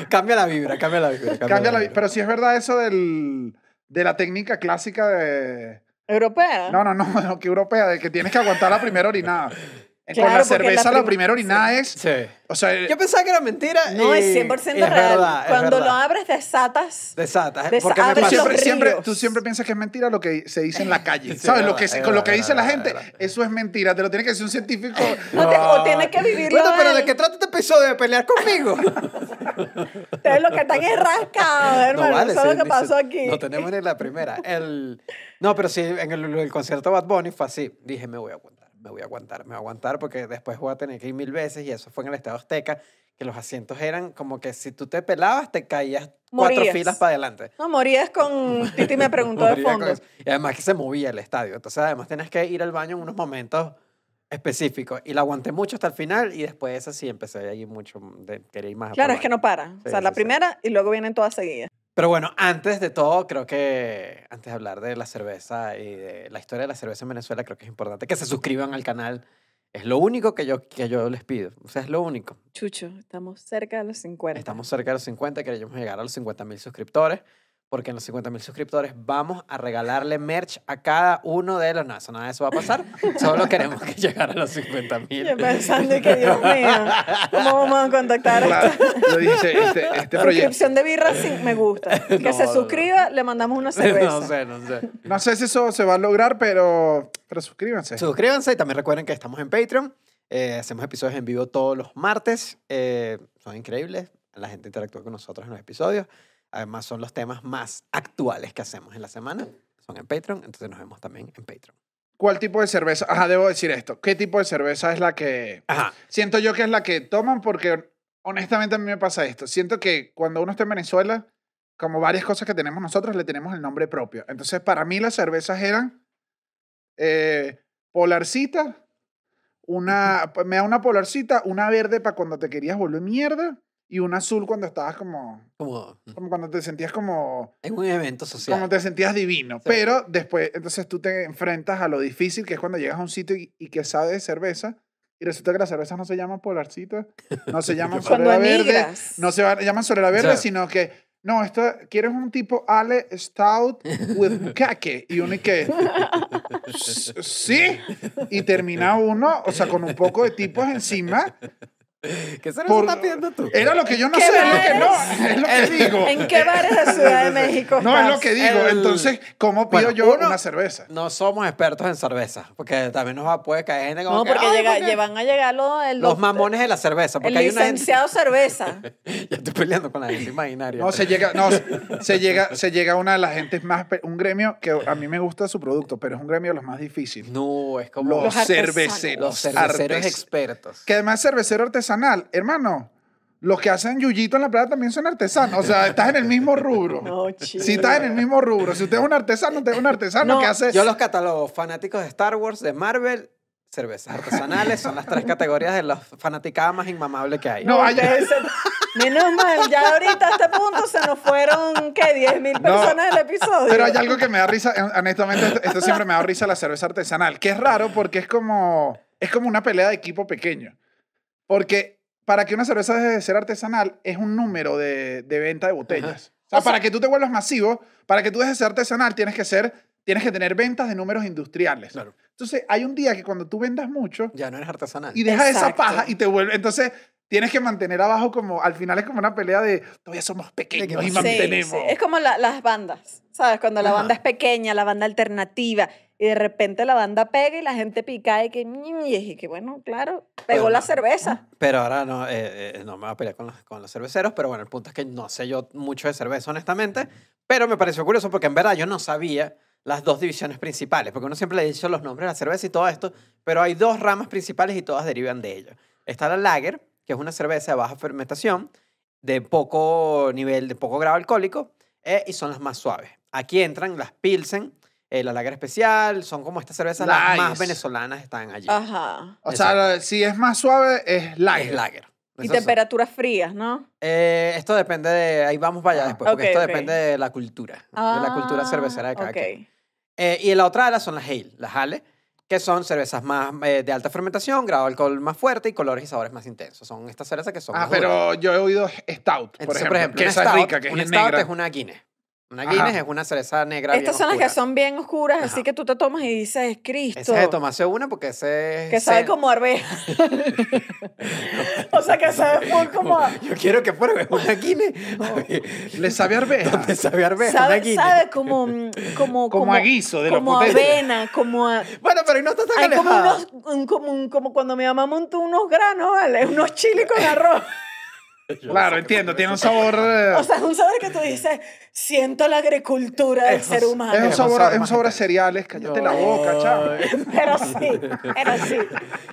Speaker 6: Cambia la vibra, cambia la vibra.
Speaker 3: Cambia la vi- Pero sí es verdad eso del, de la técnica clásica de...
Speaker 5: Europea.
Speaker 3: No, no, no, no, que europea, de que tienes que aguantar la primera orinada. En-
Speaker 5: Claro,
Speaker 3: Con la
Speaker 5: porque la
Speaker 3: cerveza la,
Speaker 5: prim-
Speaker 3: primera orinada es...
Speaker 6: Sí.
Speaker 3: O sea,
Speaker 6: Yo pensaba que era mentira.
Speaker 5: No,
Speaker 6: y-
Speaker 5: es 100%
Speaker 6: y es
Speaker 5: real.
Speaker 6: verdad, es
Speaker 5: Cuando lo
Speaker 6: verdad.
Speaker 5: abres, desatas.
Speaker 6: Desatas.
Speaker 5: Desa-
Speaker 6: Porque me
Speaker 5: abres
Speaker 3: tú
Speaker 5: los
Speaker 6: pasó-
Speaker 3: siempre, siempre,
Speaker 5: ríos.
Speaker 3: tú siempre piensas que es mentira lo que se dice en la calle.
Speaker 6: Sí,
Speaker 3: ¿Sabes?
Speaker 6: es
Speaker 3: Lo que,
Speaker 6: verdad,
Speaker 3: se-
Speaker 6: es
Speaker 3: con lo que
Speaker 6: verdad,
Speaker 3: dice la
Speaker 6: es
Speaker 3: gente,
Speaker 6: verdad.
Speaker 3: eso es mentira. Te lo tiene que decir un científico.
Speaker 5: No te- o tienes que vivirlo.
Speaker 6: Bueno, pero
Speaker 5: él.
Speaker 6: ¿de qué trata este episodio? ¿De pelear conmigo?
Speaker 5: Ustedes lo que están es rascados, hermano. eso es
Speaker 6: sí,
Speaker 5: lo que
Speaker 6: dice-
Speaker 5: pasó aquí.
Speaker 6: No tenemos ni la primera. El, no, pero sí, en el, el concierto de Bad Bunny fue así. Dije, me voy a aguantar, me voy a aguantar, me voy a aguantar porque después voy a tener que ir mil veces y eso fue en el Estado Azteca, que los asientos eran como que si tú te pelabas te caías cuatro
Speaker 5: Morías.
Speaker 6: filas para adelante.
Speaker 5: No, morías con... Titi me preguntó de
Speaker 6: Moría con
Speaker 5: fondo.
Speaker 6: eso. Y además que se movía el estadio. Entonces, además tenías que ir al baño en unos momentos específicos. Y la aguanté mucho hasta el final y después esa sí empecé a ir mucho, de- quería ir más.
Speaker 5: Claro,
Speaker 6: al
Speaker 5: es que
Speaker 6: baño.
Speaker 5: no para. o
Speaker 6: Sí,
Speaker 5: sea, la
Speaker 6: sí, sí.
Speaker 5: primera y luego vienen todas seguidas.
Speaker 6: Pero bueno, antes de todo, creo que antes de hablar de la cerveza y de la historia de la cerveza en Venezuela, creo que es importante que se suscriban al canal. Es lo único que yo, que yo les pido. O sea, es lo único.
Speaker 5: Chucho, estamos cerca de los 50.
Speaker 6: Estamos cerca de los 50, queremos llegar a los 50 mil suscriptores, porque en los 50 mil suscriptores vamos a regalarle merch a cada uno de los... No, eso nada de eso va a pasar. Solo queremos que llegar a los 50 mil.
Speaker 5: Yo pensando y que, Dios mío, ¿cómo vamos a contactar a
Speaker 3: Claro,
Speaker 5: esta
Speaker 3: yo dije, este, este proyecto.
Speaker 5: suscripción de birra? Sí, me gusta. Que
Speaker 6: No,
Speaker 5: se
Speaker 6: no, no.
Speaker 5: suscriba, le mandamos una cerveza.
Speaker 6: No sé, no sé.
Speaker 3: No sé si eso se va a lograr, pero, pero suscríbanse.
Speaker 6: Suscríbanse y también recuerden que estamos en Patreon. Eh, hacemos episodios en vivo todos los martes. Eh, son increíbles. La gente interactúa con nosotros en los episodios. Además, son los temas más actuales que hacemos en la semana. Son en Patreon, entonces nos vemos también en Patreon.
Speaker 3: ¿Cuál tipo de cerveza? Ajá, debo decir esto. ¿Qué tipo de cerveza es la que...
Speaker 6: Ajá.
Speaker 3: Siento yo que es la que toman porque honestamente a mí me pasa esto. Siento que cuando uno está en Venezuela, como varias cosas que tenemos nosotros, le tenemos el nombre propio. Entonces, para mí las cervezas eran eh, Polarcita, una, me da una Polarcita, una verde para cuando te querías volver mierda y una azul cuando estabas como,
Speaker 6: Como
Speaker 3: como cuando te sentías como,
Speaker 6: en un evento social.
Speaker 3: como te sentías divino. Pero después, entonces tú te enfrentas a lo difícil que es cuando llegas a un sitio y, y que sabe de cerveza. Y resulta que las cervezas no se llaman polarcita, no se llaman
Speaker 5: Cuando
Speaker 3: solera verde,
Speaker 5: emigras.
Speaker 3: no se va- llaman solera verde,
Speaker 6: Claro.
Speaker 3: sino que, no, esto, quieres un tipo Ale Stout with bucaque. Y uno y que, "S- sí. Y termina uno, o sea, con un poco de tipos encima.
Speaker 6: ¿Qué cerveza
Speaker 3: Por-
Speaker 6: estás pidiendo tú?
Speaker 3: Era lo que yo no
Speaker 5: ¿Qué
Speaker 3: sé, es lo que
Speaker 5: bares?
Speaker 3: no, es lo que digo.
Speaker 5: ¿En qué bares de Ciudad de México
Speaker 3: No, es lo que
Speaker 5: estás?
Speaker 3: digo.
Speaker 6: El-
Speaker 3: Entonces, ¿cómo pido
Speaker 6: Bueno,
Speaker 3: yo
Speaker 6: uno-
Speaker 3: una cerveza?
Speaker 6: No somos expertos en cerveza, porque también nos va a poder caer gente como
Speaker 5: No,
Speaker 6: que,
Speaker 5: porque
Speaker 6: "Ay,
Speaker 5: llega,
Speaker 6: ¿por qué?".
Speaker 5: llevan a llegar los, el,
Speaker 6: los mamones de la cerveza,
Speaker 5: el
Speaker 6: porque hay una gente...
Speaker 5: licenciado cerveza.
Speaker 6: Ya estoy peleando con la gente imaginaria.
Speaker 3: No, se llega, no, se- se llega, se llega a una de las gentes más, pe- un gremio que a mí me gusta su producto, pero es un gremio de los más difíciles.
Speaker 6: No, es como...
Speaker 3: Los,
Speaker 5: Los artesanos.
Speaker 3: cerveceros.
Speaker 6: Los cerveceros
Speaker 3: artes-
Speaker 6: expertos.
Speaker 3: Que además cervecero artesanal, hermano, los que hacen yuyito en la playa también son artesanos. O sea, estás en el mismo rubro.
Speaker 5: No, chido.
Speaker 3: si estás en el mismo rubro, si usted es un artesano, usted es un artesano
Speaker 5: No,
Speaker 3: que hace.
Speaker 6: Yo los catalogo fanáticos de Star Wars, de Marvel, cervezas artesanales, son las tres categorías de las fanaticadas más inmamables que hay.
Speaker 3: No, hay-
Speaker 5: Ustedes se- Menos mal, ya ahorita a este punto se nos fueron, ¿qué? 10 mil personas del episodio.
Speaker 3: Pero hay algo que me da risa, eh, honestamente, esto, esto siempre me da risa la cerveza artesanal, que es raro porque es como, es como una pelea de equipo pequeño. Porque para que una cerveza deje de ser artesanal es un número de, de venta de botellas. O sea, para que tú te vuelvas masivo, para que tú dejes de ser artesanal, tienes que ser, tienes que tener ventas de números industriales.
Speaker 6: Claro.
Speaker 3: Entonces, hay un día que cuando tú vendas mucho
Speaker 6: Ya no eres artesanal.
Speaker 3: y dejas esa
Speaker 5: Exacto.
Speaker 3: paja y te vuelves, entonces tienes que mantener abajo como, al final es como una pelea de todavía somos
Speaker 6: De que
Speaker 3: pequeños y
Speaker 6: sí,
Speaker 3: mantenemos.
Speaker 5: sí. Es como la- las bandas, ¿sabes? Cuando la
Speaker 6: Ajá.
Speaker 5: banda es pequeña, la banda alternativa, y de repente la banda pega y la gente pica y que, "Mm", y dije que bueno, claro, pegó
Speaker 6: Bueno,
Speaker 5: la cerveza.
Speaker 6: Pero ahora no, eh, eh, no me voy a pelear con los, con los cerveceros, pero bueno, el punto es que no sé yo mucho de cerveza, honestamente, pero me pareció curioso porque en verdad yo no sabía las dos divisiones principales, porque uno siempre le dice los nombres a la cerveza y todo esto, pero hay dos ramas principales y todas derivan de ello. Está la lager, que es una cerveza de baja fermentación, de poco nivel, de poco grado alcohólico, eh, y son las más suaves. Aquí entran las pilsen, eh, la lager especial, son como estas cervezas las más
Speaker 3: Lies.
Speaker 6: venezolanas están allí.
Speaker 5: Ah. Ajá.
Speaker 3: O sea, si es más suave, es light.
Speaker 6: Es lager.
Speaker 5: Y
Speaker 6: Esas son.
Speaker 5: temperaturas frías, ¿no?
Speaker 6: Eh, esto depende de. Ahí vamos para allá
Speaker 3: Ah.
Speaker 6: después, porque
Speaker 5: Ok,
Speaker 6: esto
Speaker 5: ok.
Speaker 6: depende de la cultura. de la cultura
Speaker 5: Ah,
Speaker 6: cervecera de cada
Speaker 5: ok.
Speaker 6: quien. Eh, y la otra ala son las ale, las ale, que son cervezas más eh, de alta fermentación, grado de alcohol más fuerte y colores y sabores más intensos. Son estas cervezas que son.
Speaker 3: Ah,
Speaker 6: más duras.
Speaker 3: pero yo he oído stout, por
Speaker 6: Entonces,
Speaker 3: ejemplo, que
Speaker 6: una
Speaker 3: esa es
Speaker 6: stout-
Speaker 3: rica, que es
Speaker 6: una
Speaker 3: negra.
Speaker 6: stout es una Guinness. Una
Speaker 3: Ajá.
Speaker 6: Guinness es una cerveza negra. bien
Speaker 5: Estas son las que
Speaker 6: oscura.
Speaker 5: son bien oscuras,
Speaker 6: Ajá.
Speaker 5: así que tú te tomas y dices, Cristo.
Speaker 6: Esa es de tomarse una porque ese es.
Speaker 5: Que sabe
Speaker 6: cero.
Speaker 5: como arveja. o sea, que sabe muy como... a-
Speaker 6: Yo quiero que pruebes una Guinness.
Speaker 3: Le sabe a arveja.
Speaker 6: ¿Dónde sabe a arveja? Una
Speaker 5: Sabe,
Speaker 6: Guinness.
Speaker 5: sabe como, mm, como...
Speaker 3: Como a guiso de lo
Speaker 5: Como
Speaker 3: potente.
Speaker 5: avena, como... a-
Speaker 6: Bueno, pero ahí no está tan
Speaker 5: Hay como,
Speaker 6: alejada.
Speaker 5: unos, un- como, un- como cuando mi mamá montó unos granos, ¿vale? Unos chiles con arroz.
Speaker 3: Claro, entiendo, tiene un sabor... eh,
Speaker 5: O sea, es un sabor que tú dices, siento la agricultura del ser
Speaker 3: es
Speaker 5: humano.
Speaker 3: un
Speaker 6: es un
Speaker 3: sabor,
Speaker 6: sabor
Speaker 3: es un
Speaker 6: más
Speaker 3: sabor a
Speaker 6: intenso.
Speaker 3: cereales, cállate la boca, chao.
Speaker 5: Pero sí, pero sí.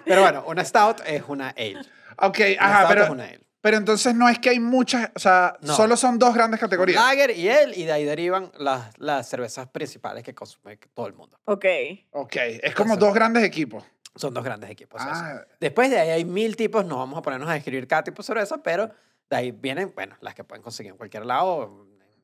Speaker 6: Pero bueno, una stout es una ale.
Speaker 3: Ok,
Speaker 6: Una
Speaker 3: ajá,
Speaker 6: stout
Speaker 3: pero...
Speaker 6: es una ale.
Speaker 3: Pero entonces no es que hay muchas, o sea,
Speaker 6: No.
Speaker 3: solo son dos grandes categorías.
Speaker 6: Lager y ale, y de ahí derivan las, las cervezas principales que consume todo el mundo.
Speaker 5: Ok.
Speaker 3: Ok, es como
Speaker 6: Eso.
Speaker 3: dos grandes equipos.
Speaker 6: Son dos grandes equipos. eso.
Speaker 3: Ah.
Speaker 6: Después de ahí hay mil tipos, no vamos a ponernos a describir cada tipo de cerveza, pero de ahí vienen, bueno, las que pueden conseguir en cualquier lado,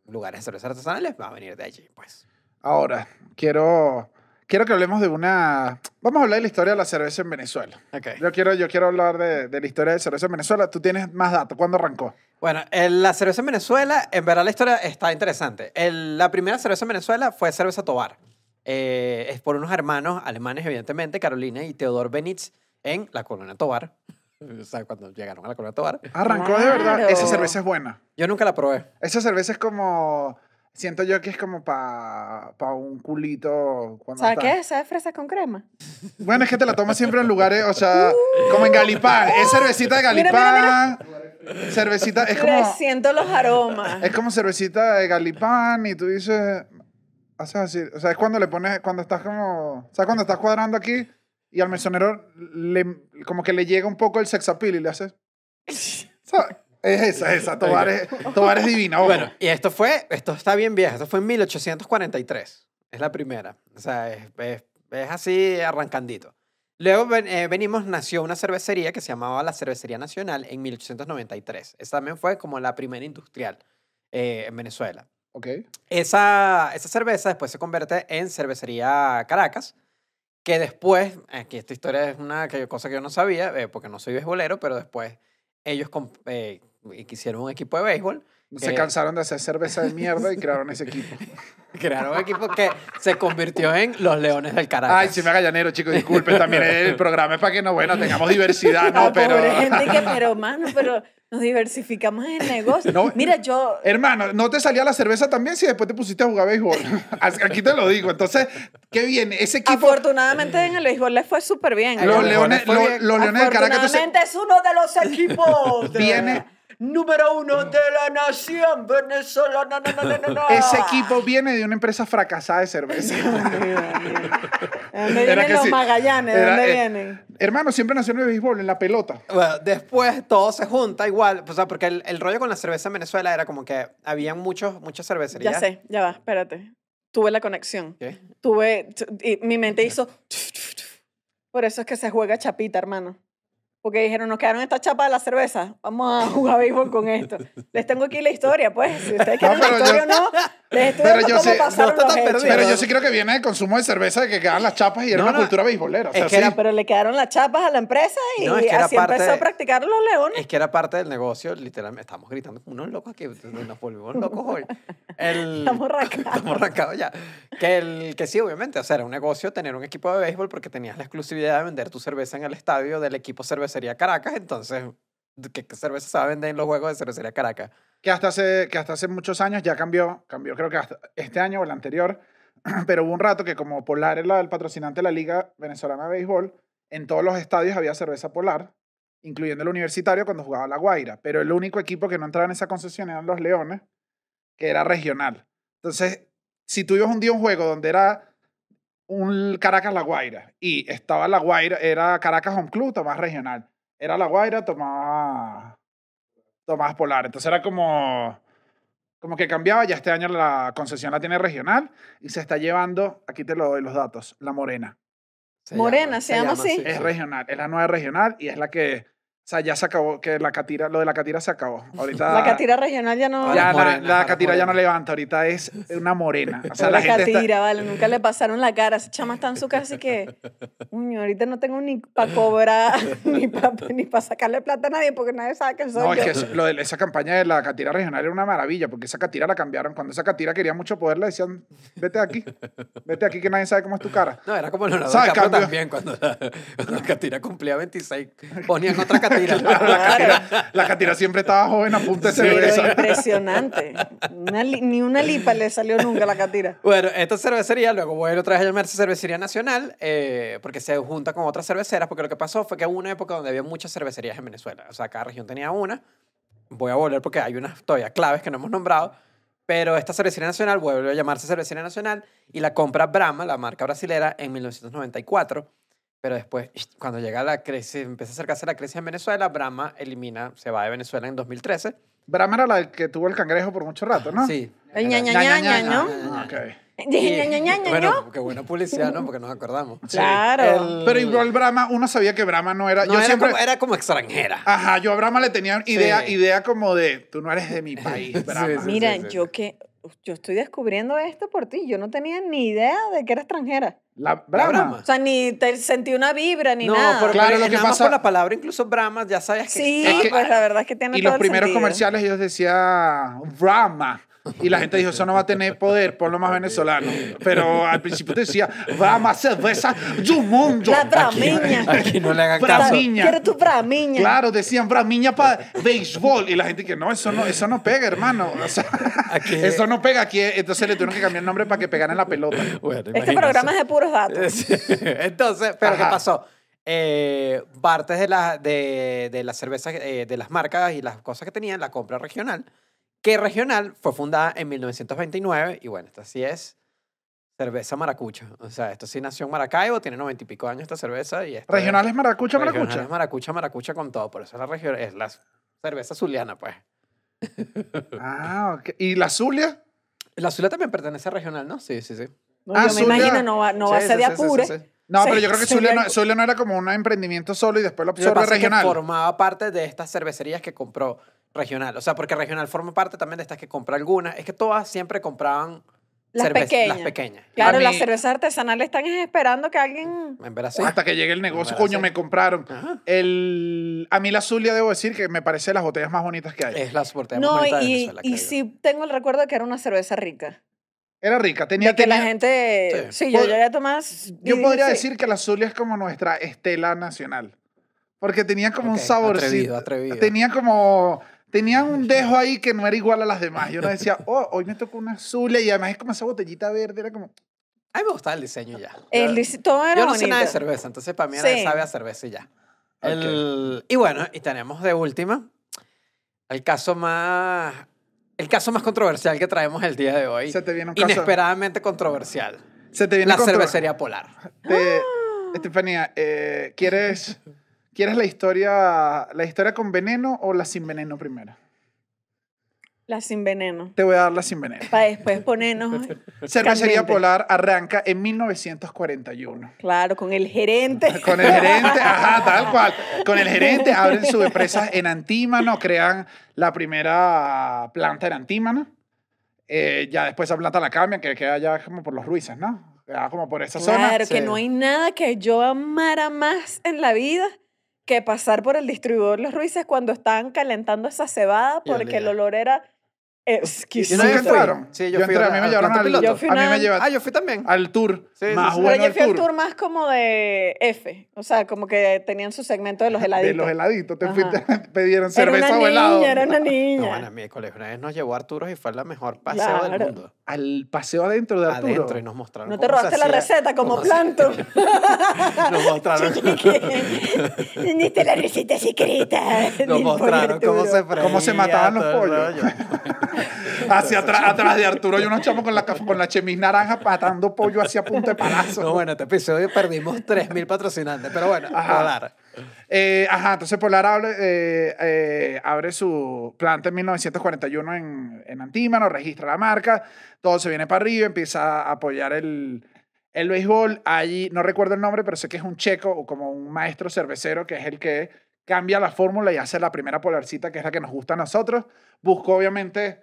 Speaker 6: en lugares de cervezas artesanales, va a venir de allí, pues.
Speaker 3: Ahora, quiero, quiero que hablemos de una... Vamos a hablar de la historia de la cerveza en Venezuela.
Speaker 6: Ok.
Speaker 3: Yo quiero, yo quiero hablar de, de la historia de la cerveza en Venezuela. Tú tienes más datos. ¿Cuándo arrancó?
Speaker 6: Bueno, el- la cerveza en Venezuela, en verdad la historia está interesante. El- la primera cerveza en Venezuela fue cerveza Tobar. Eh, es por unos hermanos alemanes, evidentemente, Carolina y Teodor Benitz, en la colonia Tobar. O sea, cuando llegaron a la colonia Tobar.
Speaker 3: Arrancó de verdad. Esa
Speaker 5: Claro.
Speaker 3: cerveza es buena.
Speaker 6: Yo nunca la probé.
Speaker 3: Esa cerveza es como... Siento yo que es como para un culito. Cuando
Speaker 5: ¿Sabes
Speaker 3: está-
Speaker 5: qué? ¿Sabes fresa con crema?
Speaker 3: Bueno, es que te la tomas siempre en lugares, o sea, como en Galipán. Es cervecita de
Speaker 5: Mira,
Speaker 3: Galipán. Cervecita, es
Speaker 5: Le
Speaker 3: como...
Speaker 5: siento los aromas.
Speaker 3: Es como cervecita de galipán y tú dices, haces así, o sea, es cuando le pones, cuando estás como, o sea, cuando estás cuadrando aquí y al mesonero le, como que le llega un poco el sex appeal y le haces, ¿sabes? Es esa, esa, Tobar es, Tobar es divina. ojo.
Speaker 6: Bueno, y esto fue, esto está bien viejo, esto fue en 1843, es la primera, o sea, es, es- es así arrancandito. Luego ven- eh, venimos, nació una cervecería que se llamaba la Cervecería Nacional en 1893, esa también fue como la primera industrial eh, en Venezuela.
Speaker 3: ok.
Speaker 6: Esa, esa cerveza después se convierte en Cervecería Caracas, que después, aquí esta historia es una que- cosa que yo no sabía, eh, porque no soy beisbolero, pero después ellos comp- eh, hicieron un equipo de béisbol
Speaker 3: Se
Speaker 6: Eh.
Speaker 3: cansaron de hacer cerveza de mierda y crearon ese equipo.
Speaker 6: Crearon un equipo que se convirtió en los Leones del Caracas.
Speaker 3: Ay, si me haga llanero, chicos, disculpen, también el programa es para que no, bueno, tengamos diversidad, no,
Speaker 5: Ah,
Speaker 3: pero...
Speaker 5: Pobre gente que, pero mano, pero nos diversificamos en negocio.
Speaker 3: No.
Speaker 5: Mira, yo,
Speaker 3: Hermano, ¿no te salía la cerveza también si después te pusiste a jugar béisbol? Aquí te lo digo. Entonces, qué bien. Ese equipo,
Speaker 5: afortunadamente en el béisbol les fue súper bien.
Speaker 6: Ay,
Speaker 3: los
Speaker 6: Ay,
Speaker 3: leones,
Speaker 6: fue
Speaker 3: los,
Speaker 6: bien.
Speaker 3: los leones del Caracas. entonces,
Speaker 5: Afortunadamente es uno de los equipos. de-
Speaker 3: Viene-
Speaker 5: Número uno de la nación venezolana. No, no, no, no, no.
Speaker 3: ese equipo viene de una empresa fracasada de cerveza.
Speaker 5: ¿De ¿Dónde
Speaker 3: Era
Speaker 5: vienen
Speaker 3: que
Speaker 5: los
Speaker 3: sí.
Speaker 5: Magallanes? ¿De
Speaker 3: Era,
Speaker 5: dónde
Speaker 3: eh,
Speaker 5: vienen?
Speaker 3: Hermano, siempre nació en el béisbol, en la pelota.
Speaker 6: Bueno, después todo se junta igual, o sea, porque el, el rollo con la cerveza en Venezuela era como que habían muchos, muchas cervecerías.
Speaker 5: Ya sé, ya va, espérate. Tuve la conexión.
Speaker 6: ¿Qué?
Speaker 5: Tuve. t- y mi mente hizo. Por eso es que se juega chapita, hermano. Porque dijeron, nos quedaron esta chapa de la cerveza. Vamos a jugar béisbol con esto. Les tengo aquí la historia, pues. Si ustedes quieren la
Speaker 3: pero yo-
Speaker 5: historia o no, Les estoy
Speaker 3: Pero
Speaker 5: dando
Speaker 3: yo
Speaker 5: cómo
Speaker 3: sí-
Speaker 5: pasaron
Speaker 6: no está
Speaker 5: los
Speaker 6: tan
Speaker 5: hechos.
Speaker 3: Pero yo sí creo que viene el consumo de cerveza de que quedaban las chapas y era
Speaker 6: No,
Speaker 3: una
Speaker 6: no.
Speaker 3: cultura beisbolera. O sea,
Speaker 6: Es que
Speaker 3: sí.
Speaker 6: era-
Speaker 5: Pero le quedaron las chapas a la empresa y
Speaker 6: No, es que era
Speaker 5: así
Speaker 6: parte
Speaker 5: empezó
Speaker 6: de-
Speaker 5: a practicar los leones.
Speaker 6: Es que era parte del negocio, literalmente. Estamos gritando como unos locos que nos volvimos locos hoy. El,
Speaker 5: Estamos rascados.
Speaker 6: Estamos rascados ya. Que, el, que sí, obviamente. O sea, era un negocio tener un equipo de béisbol porque tenías la exclusividad de vender tu cerveza en el estadio del equipo Cervecería Caracas. Entonces, ¿qué, qué cerveza se va a vender en los juegos de Cervecería Caracas?
Speaker 3: que hasta hace, que hasta hace muchos años ya cambió, cambió creo que hasta este año o el anterior, pero hubo un rato que como Polar era el patrocinante de la Liga Venezolana de Béisbol, en todos los estadios había cerveza Polar, incluyendo el universitario cuando jugaba La Guaira, pero el único equipo que no entraba en esa concesión eran los Leones, que era regional. Entonces, si tú ibas un día a un juego donde era un Caracas La Guaira y estaba La Guaira, era Caracas Home Club, tomás regional. Era La Guaira, tomás Tomás Polar. Entonces era como, como que cambiaba. Ya este año la concesión la tiene regional y se está llevando, aquí te lo doy los datos, la Morena.
Speaker 6: Se
Speaker 5: Morena, ¿se llama así?
Speaker 3: Es regional, es la nueva regional y es la que, o sea, ya se acabó, que la catira, lo de la catira se acabó. Ahorita
Speaker 5: La catira regional ya no.
Speaker 3: ya
Speaker 6: Ahora es
Speaker 3: la-
Speaker 6: morena,
Speaker 3: la,
Speaker 6: ahora es
Speaker 3: catira ya no
Speaker 6: morena.
Speaker 3: levanta, ahorita es una morena. O sea,
Speaker 5: la,
Speaker 3: la, gente está-
Speaker 5: catira, vale, nunca le pasaron la cara. Esa chama está en su casa y que, uño, ahorita no tengo ni para cobrar, ni para ni pa sacarle plata a nadie, porque nadie sabe que soy
Speaker 3: No,
Speaker 5: yo.
Speaker 3: es que eso- lo de- esa campaña de la catira regional era una maravilla, porque esa catira la cambiaron. Cuando esa catira quería mucho poder, le decían, vete de aquí, vete de aquí que nadie sabe cómo es tu cara.
Speaker 6: No, era como el
Speaker 3: ¿Sabes?
Speaker 6: Leonardo DiCaprio
Speaker 3: Cambio.
Speaker 6: también, cuando la, cuando la Catira cumplía 26, ponían otra Catira.
Speaker 3: La catira, la catira siempre estaba joven a punta de
Speaker 5: Pero
Speaker 3: cerveza.
Speaker 5: impresionante. Una li- ni una lipa le salió nunca a la catira.
Speaker 6: Bueno, esta cervecería luego vuelve otra vez a llamarse Cervecería Nacional eh, porque se junta con otras cerveceras porque lo que pasó fue que hubo una época donde había muchas cervecerías en Venezuela. O sea, cada región tenía una. Voy a volver porque hay unas todavía claves que no hemos nombrado. Pero esta cervecería nacional vuelve a llamarse Cervecería Nacional y la compra Brahma, la marca brasilera, en 1994. Pero después, cuando llega la crisis, empieza a acercarse la crisis en Venezuela, Brahma elimina, se va de Venezuela en 2013.
Speaker 3: Brahma era la que tuvo el cangrejo por mucho rato, ¿no?
Speaker 6: Sí.
Speaker 5: Ah. Ña, ña, ña, ña, ña, ¿no?
Speaker 3: Ah, ok.
Speaker 5: Dije, ña, ña, ña, ña, ña.
Speaker 6: Bueno, qué buena publicidad, ¿no? Porque nos acordamos.
Speaker 5: Claro.
Speaker 3: Pero igual Brahma, uno sabía que Brahma no era.
Speaker 6: No,
Speaker 3: yo
Speaker 6: era,
Speaker 3: siempre.
Speaker 6: como, era como extranjera.
Speaker 5: Ah,
Speaker 3: Ajá, yo a Brahma le tenía idea,
Speaker 6: Sí.
Speaker 3: idea como de, tú no eres de mi país, Brahma.
Speaker 6: sí,
Speaker 5: Mira,
Speaker 6: sí, sí.
Speaker 5: yo que yo estoy descubriendo esto por ti. Yo no tenía ni idea de que era extranjera.
Speaker 3: La Brahma.
Speaker 5: O
Speaker 6: Brahma.
Speaker 5: sea, ni te sentí una vibra ni
Speaker 6: Ah. no,
Speaker 5: nada.
Speaker 6: por,
Speaker 3: Claro,
Speaker 6: claro,
Speaker 3: lo que
Speaker 6: nada más
Speaker 3: pasa-
Speaker 6: por la palabra incluso Brahma, ya sabías que... ah,
Speaker 5: Sí,
Speaker 3: Es que-
Speaker 5: pues la verdad es que tiene
Speaker 3: Y
Speaker 5: todo
Speaker 3: los
Speaker 5: el
Speaker 3: primeros
Speaker 5: sentido.
Speaker 3: comerciales ellos decían Brahma. Y la gente dijo, eso no va a tener poder, ponlo más venezolano. Pero al principio te decía, Brahma, cerveza del mundo.
Speaker 5: La bramiña.
Speaker 6: Aquí no le hagan
Speaker 5: Claro,
Speaker 6: caso.
Speaker 3: Brahmiña.
Speaker 5: Quiero tu bramiña.
Speaker 3: Claro, decían Brahmiña para béisbol. Y la gente que no, eso no, eso no pega, hermano. O sea,
Speaker 6: Aquí-
Speaker 3: eso no pega aquí. Entonces le tuvieron que cambiar el nombre para que pegaran la pelota.
Speaker 6: Bueno,
Speaker 5: Este
Speaker 6: imagínense.
Speaker 5: programa es de puros
Speaker 3: Eh,
Speaker 5: datos.
Speaker 6: Sí. Entonces, pero
Speaker 3: Ajá.
Speaker 6: ¿qué pasó? Eh, partes de, la, de, de las cervezas, eh, de las marcas y las cosas que tenían, la compra regional, que regional fue fundada en 1929 y bueno, esta sí es cerveza maracucha. O sea, esto sí nació en Maracaibo, tiene noventa y pico años esta cerveza y esta
Speaker 3: Regionales maracucha,
Speaker 6: Regional
Speaker 3: maracucha.
Speaker 6: es maracucha, maracucha con todo, por eso es la región, es la cerveza zuliana, pues.
Speaker 3: Ah, ok. ¿Y la Zulia?
Speaker 6: La Zulia también pertenece a regional, ¿no? Sí, sí, sí.
Speaker 5: No,
Speaker 3: Ah,
Speaker 5: yo me
Speaker 3: Zulia.
Speaker 5: imagino, no va, no va a
Speaker 6: Sí,
Speaker 5: ser de
Speaker 6: sí, sí, sí,
Speaker 5: apure.
Speaker 6: sí, sí.
Speaker 3: No,
Speaker 5: Sí,
Speaker 3: pero yo creo que
Speaker 5: sí,
Speaker 3: Zulia
Speaker 5: ya-
Speaker 3: no, Zulia no era como un emprendimiento solo y después lo
Speaker 6: Lo que
Speaker 3: absorbe
Speaker 6: pasa es que
Speaker 3: regional.
Speaker 6: formaba parte de estas cervecerías que compró regional. O sea, porque regional forma parte también de estas que compra algunas. Es que todas siempre compraban
Speaker 5: Las
Speaker 6: cerve-
Speaker 5: pequeñas.
Speaker 6: Las pequeñas.
Speaker 5: Claro,
Speaker 3: A mí-
Speaker 5: las cervezas artesanales están esperando que alguien...
Speaker 6: En verdad, sí.
Speaker 3: Hasta que llegue el negocio,
Speaker 6: Ah,
Speaker 3: coño,
Speaker 6: sí.
Speaker 3: me compraron.
Speaker 6: Ajá.
Speaker 3: El, a mí la Zulia, debo decir que me parece las botellas más bonitas que hay.
Speaker 6: Es la suerte más
Speaker 5: No,
Speaker 6: bonita de
Speaker 5: y,
Speaker 6: Venezuela,
Speaker 5: y
Speaker 6: creo yo.
Speaker 5: sí tengo el recuerdo de que era una cerveza rica.
Speaker 3: Era rica, tenía...
Speaker 5: De que la
Speaker 3: tenía-
Speaker 5: gente... Sí,
Speaker 6: Sí.
Speaker 5: yo
Speaker 3: Pod-
Speaker 5: llegué a tomar... s-
Speaker 3: Yo
Speaker 5: y-
Speaker 3: podría
Speaker 5: sí.
Speaker 3: decir que la Zulia es como nuestra estela nacional. Porque tenía como
Speaker 6: Ok,
Speaker 3: un saborcito.
Speaker 6: atrevido, atrevido.
Speaker 3: Tenía como... Tenía un dejo ahí que no era igual a las demás. Yo no decía, oh, hoy me tocó una Zulia. Y además es como esa botellita verde. Era como...
Speaker 6: A mí me gustaba el diseño ya.
Speaker 5: El dis- todo era
Speaker 6: Yo no sé
Speaker 5: bonito.
Speaker 6: nada de cerveza, entonces para mí era
Speaker 5: Sí.
Speaker 6: sabe a cerveza y ya. El- Y bueno, y tenemos de última el caso más el caso más controversial que traemos el día de hoy.
Speaker 3: Se te viene un caso.
Speaker 6: Inesperadamente controversial.
Speaker 3: Se te viene
Speaker 6: La
Speaker 3: con tu-
Speaker 6: cervecería polar.
Speaker 3: Te- Estefanía, eh, ¿quieres, ¿quieres la historia la historia con veneno o la sin veneno primero?
Speaker 5: La sin veneno.
Speaker 3: Te voy a dar la sin veneno.
Speaker 5: Para después ponernos...
Speaker 6: Pues
Speaker 3: Cervecería
Speaker 5: Candente.
Speaker 3: Polar arranca en 1941.
Speaker 5: Claro, con el gerente.
Speaker 3: Con el gerente, ajá, tal cual. Con el gerente abren sus empresas en Antímano, crean la primera planta en Antímano. Eh, ya después esa plata la cambian, que queda ya como por los Ruizes, ¿no? Queda como por esa zona.
Speaker 5: Claro, que
Speaker 6: sí.
Speaker 5: no hay nada que yo amara más en la vida que pasar por el distribuidor Los Ruices cuando estaban calentando esa cebada
Speaker 6: Y olía.
Speaker 5: porque el olor era
Speaker 3: ¿Y
Speaker 5: exquisito.
Speaker 3: nunca
Speaker 6: yo fui.
Speaker 3: entraron?
Speaker 6: Sí, yo fui
Speaker 3: entré, a
Speaker 6: al-
Speaker 3: mí me
Speaker 6: al
Speaker 3: llevaron
Speaker 6: plato
Speaker 3: al,
Speaker 5: piloto. Yo fui
Speaker 3: a mí
Speaker 5: una-
Speaker 3: me llevaron
Speaker 6: Ah, yo fui también.
Speaker 3: al tour
Speaker 6: Sí, sí,
Speaker 3: más
Speaker 6: sí.
Speaker 3: bueno
Speaker 5: Pero yo
Speaker 3: del
Speaker 5: fui al
Speaker 3: tour.
Speaker 5: tour más como de F, o sea, como que tenían su segmento de los heladitos.
Speaker 3: De los heladitos, te
Speaker 5: Ajá.
Speaker 3: fuiste, pidieron
Speaker 5: Era
Speaker 3: cerveza
Speaker 5: una
Speaker 3: o
Speaker 5: niña,
Speaker 3: helado.
Speaker 5: era una
Speaker 6: No, bueno,
Speaker 5: niña.
Speaker 6: en mi colegio una vez nos llevó Arturo y fue la mejor paseo del
Speaker 5: Claro.
Speaker 6: mundo.
Speaker 3: Al paseo adentro de Arturo.
Speaker 6: Adentro y nos mostraron.
Speaker 5: No te
Speaker 6: cómo se
Speaker 5: robaste la
Speaker 6: hacía-
Speaker 5: receta como
Speaker 6: cómo se-
Speaker 5: Plankton.
Speaker 6: Nos mostraron,
Speaker 5: Teniste la receta secreta.
Speaker 6: nos mostraron cómo se freía,
Speaker 3: Cómo se mataban los
Speaker 6: todo el
Speaker 3: pollos.
Speaker 6: rollo.
Speaker 3: Hacia atrás, atrás de Arturo hay unos chamos con la, caf- con la chemis naranja patando pollo hacia punta de palazo.
Speaker 6: No, bueno, este episodio perdimos 3.000 patrocinantes, pero bueno,
Speaker 3: Ajá.
Speaker 6: hablar.
Speaker 3: Eh, ajá, entonces Polar abre, eh, eh, abre su planta en 1941 en, en Antímano, registra la marca, todo se viene para arriba, empieza a apoyar el, el béisbol. Allí, no recuerdo el nombre, pero sé que es un checo o como un maestro cervecero que es el que cambia la fórmula y hace la primera polarcita, que es la que nos gusta a nosotros. Buscó, obviamente,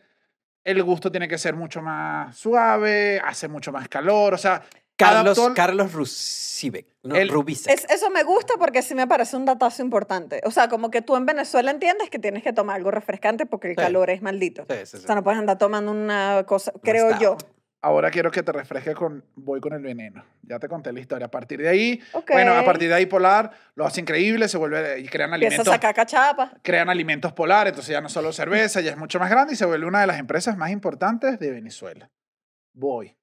Speaker 3: el gusto tiene que ser mucho más suave, hace mucho más calor, o sea,
Speaker 6: Carlos,
Speaker 3: adaptó-
Speaker 6: Carlos Rusibek, no,
Speaker 3: El-
Speaker 6: Rubicek.
Speaker 5: Es- eso me gusta porque sí me parece un datazo importante. O sea, como que tú en Venezuela entiendes que tienes que tomar algo refrescante porque el
Speaker 6: Sí.
Speaker 5: calor es maldito.
Speaker 6: Sí, sí, sí.
Speaker 5: O sea, no puedes andar tomando una cosa, creo
Speaker 6: stout.
Speaker 5: yo.
Speaker 3: Ahora quiero que te refresques con Voy con el veneno. Ya te conté la historia. A partir de ahí,
Speaker 5: Ok.
Speaker 3: bueno, a partir de ahí Polar lo hace increíble, se vuelve y crean
Speaker 5: Empieza a
Speaker 3: alimentos,
Speaker 5: sacar cachapa.
Speaker 3: crean alimentos Polar, entonces ya no solo cerveza, ya es mucho más grande y se vuelve una de las empresas más importantes de Venezuela. Voy.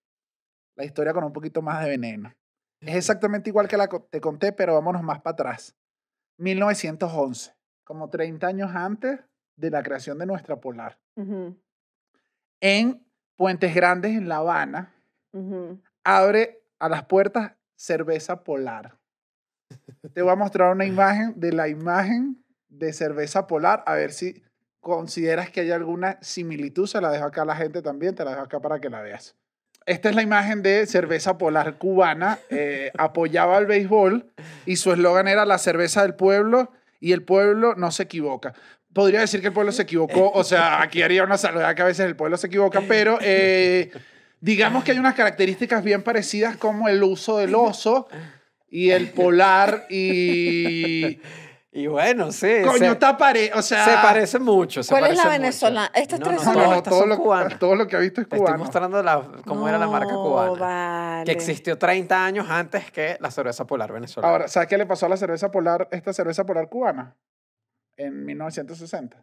Speaker 3: La historia con un poquito más de veneno. Es exactamente igual que la que te conté, pero vámonos más para atrás. 1911, como 30 años antes de la creación de nuestra Polar,
Speaker 5: Ujú,
Speaker 3: en Puentes Grandes en La Habana
Speaker 5: ujú.
Speaker 3: abre a las puertas cerveza polar. Te voy a mostrar una imagen de la imagen de cerveza polar, a ver si consideras que hay alguna similitud. Se la dejo acá a la gente también, te la dejo acá para que la veas. Esta es la imagen de cerveza polar cubana. eh, apoyaba el béisbol y su eslogan era la cerveza del pueblo y el pueblo no se equivoca. Podría decir que el pueblo se equivocó, o sea, aquí haría una salvedad que a veces el pueblo se equivoca, pero eh, digamos que hay unas características bien parecidas como el uso del oso y el polar y...
Speaker 6: Y bueno, sí.
Speaker 3: Coño,
Speaker 6: se,
Speaker 3: está pare... O sea...
Speaker 6: se parece mucho. se
Speaker 5: ¿Cuál es la
Speaker 6: parece mucho.
Speaker 5: venezolana? Estas tres
Speaker 3: No,
Speaker 5: son
Speaker 3: no,
Speaker 5: las-
Speaker 6: estas
Speaker 3: todo,
Speaker 6: son
Speaker 3: lo,
Speaker 6: cubanas.
Speaker 3: todo lo que ha visto es
Speaker 6: Te estoy
Speaker 3: cubano.
Speaker 6: mostrando la- cómo era la marca
Speaker 5: No,
Speaker 6: cubana.
Speaker 5: Vale.
Speaker 6: Que existió 30 años antes que la cerveza polar venezolana.
Speaker 3: Ahora, ¿sabes qué le pasó a la cerveza polar, esta cerveza polar cubana? En 1960.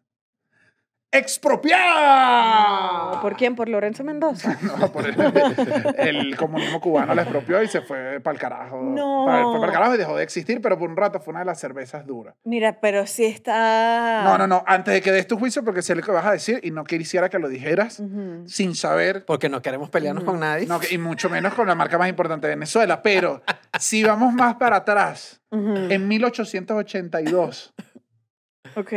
Speaker 3: ¡Expropiada!
Speaker 5: No, ¿Por quién? ¿Por Lorenzo Mendoza?
Speaker 3: No, por el, el comunismo cubano la expropió y se fue para el carajo.
Speaker 5: No.
Speaker 3: Pa- Fue para el carajo y dejó de existir, pero por un rato fue una de las cervezas duras.
Speaker 5: Mira, pero sí está...
Speaker 3: No, no, no. Antes de que des tu juicio, porque sé lo que vas a decir y no quisiera que lo dijeras
Speaker 5: Ujú. Pues.
Speaker 3: sin saber,
Speaker 6: Porque no queremos pelearnos con nadie.
Speaker 3: no, que- y mucho menos con la marca más importante de Venezuela. Pero si vamos más para atrás,
Speaker 5: Ujú.
Speaker 3: en 1882,
Speaker 5: Ok.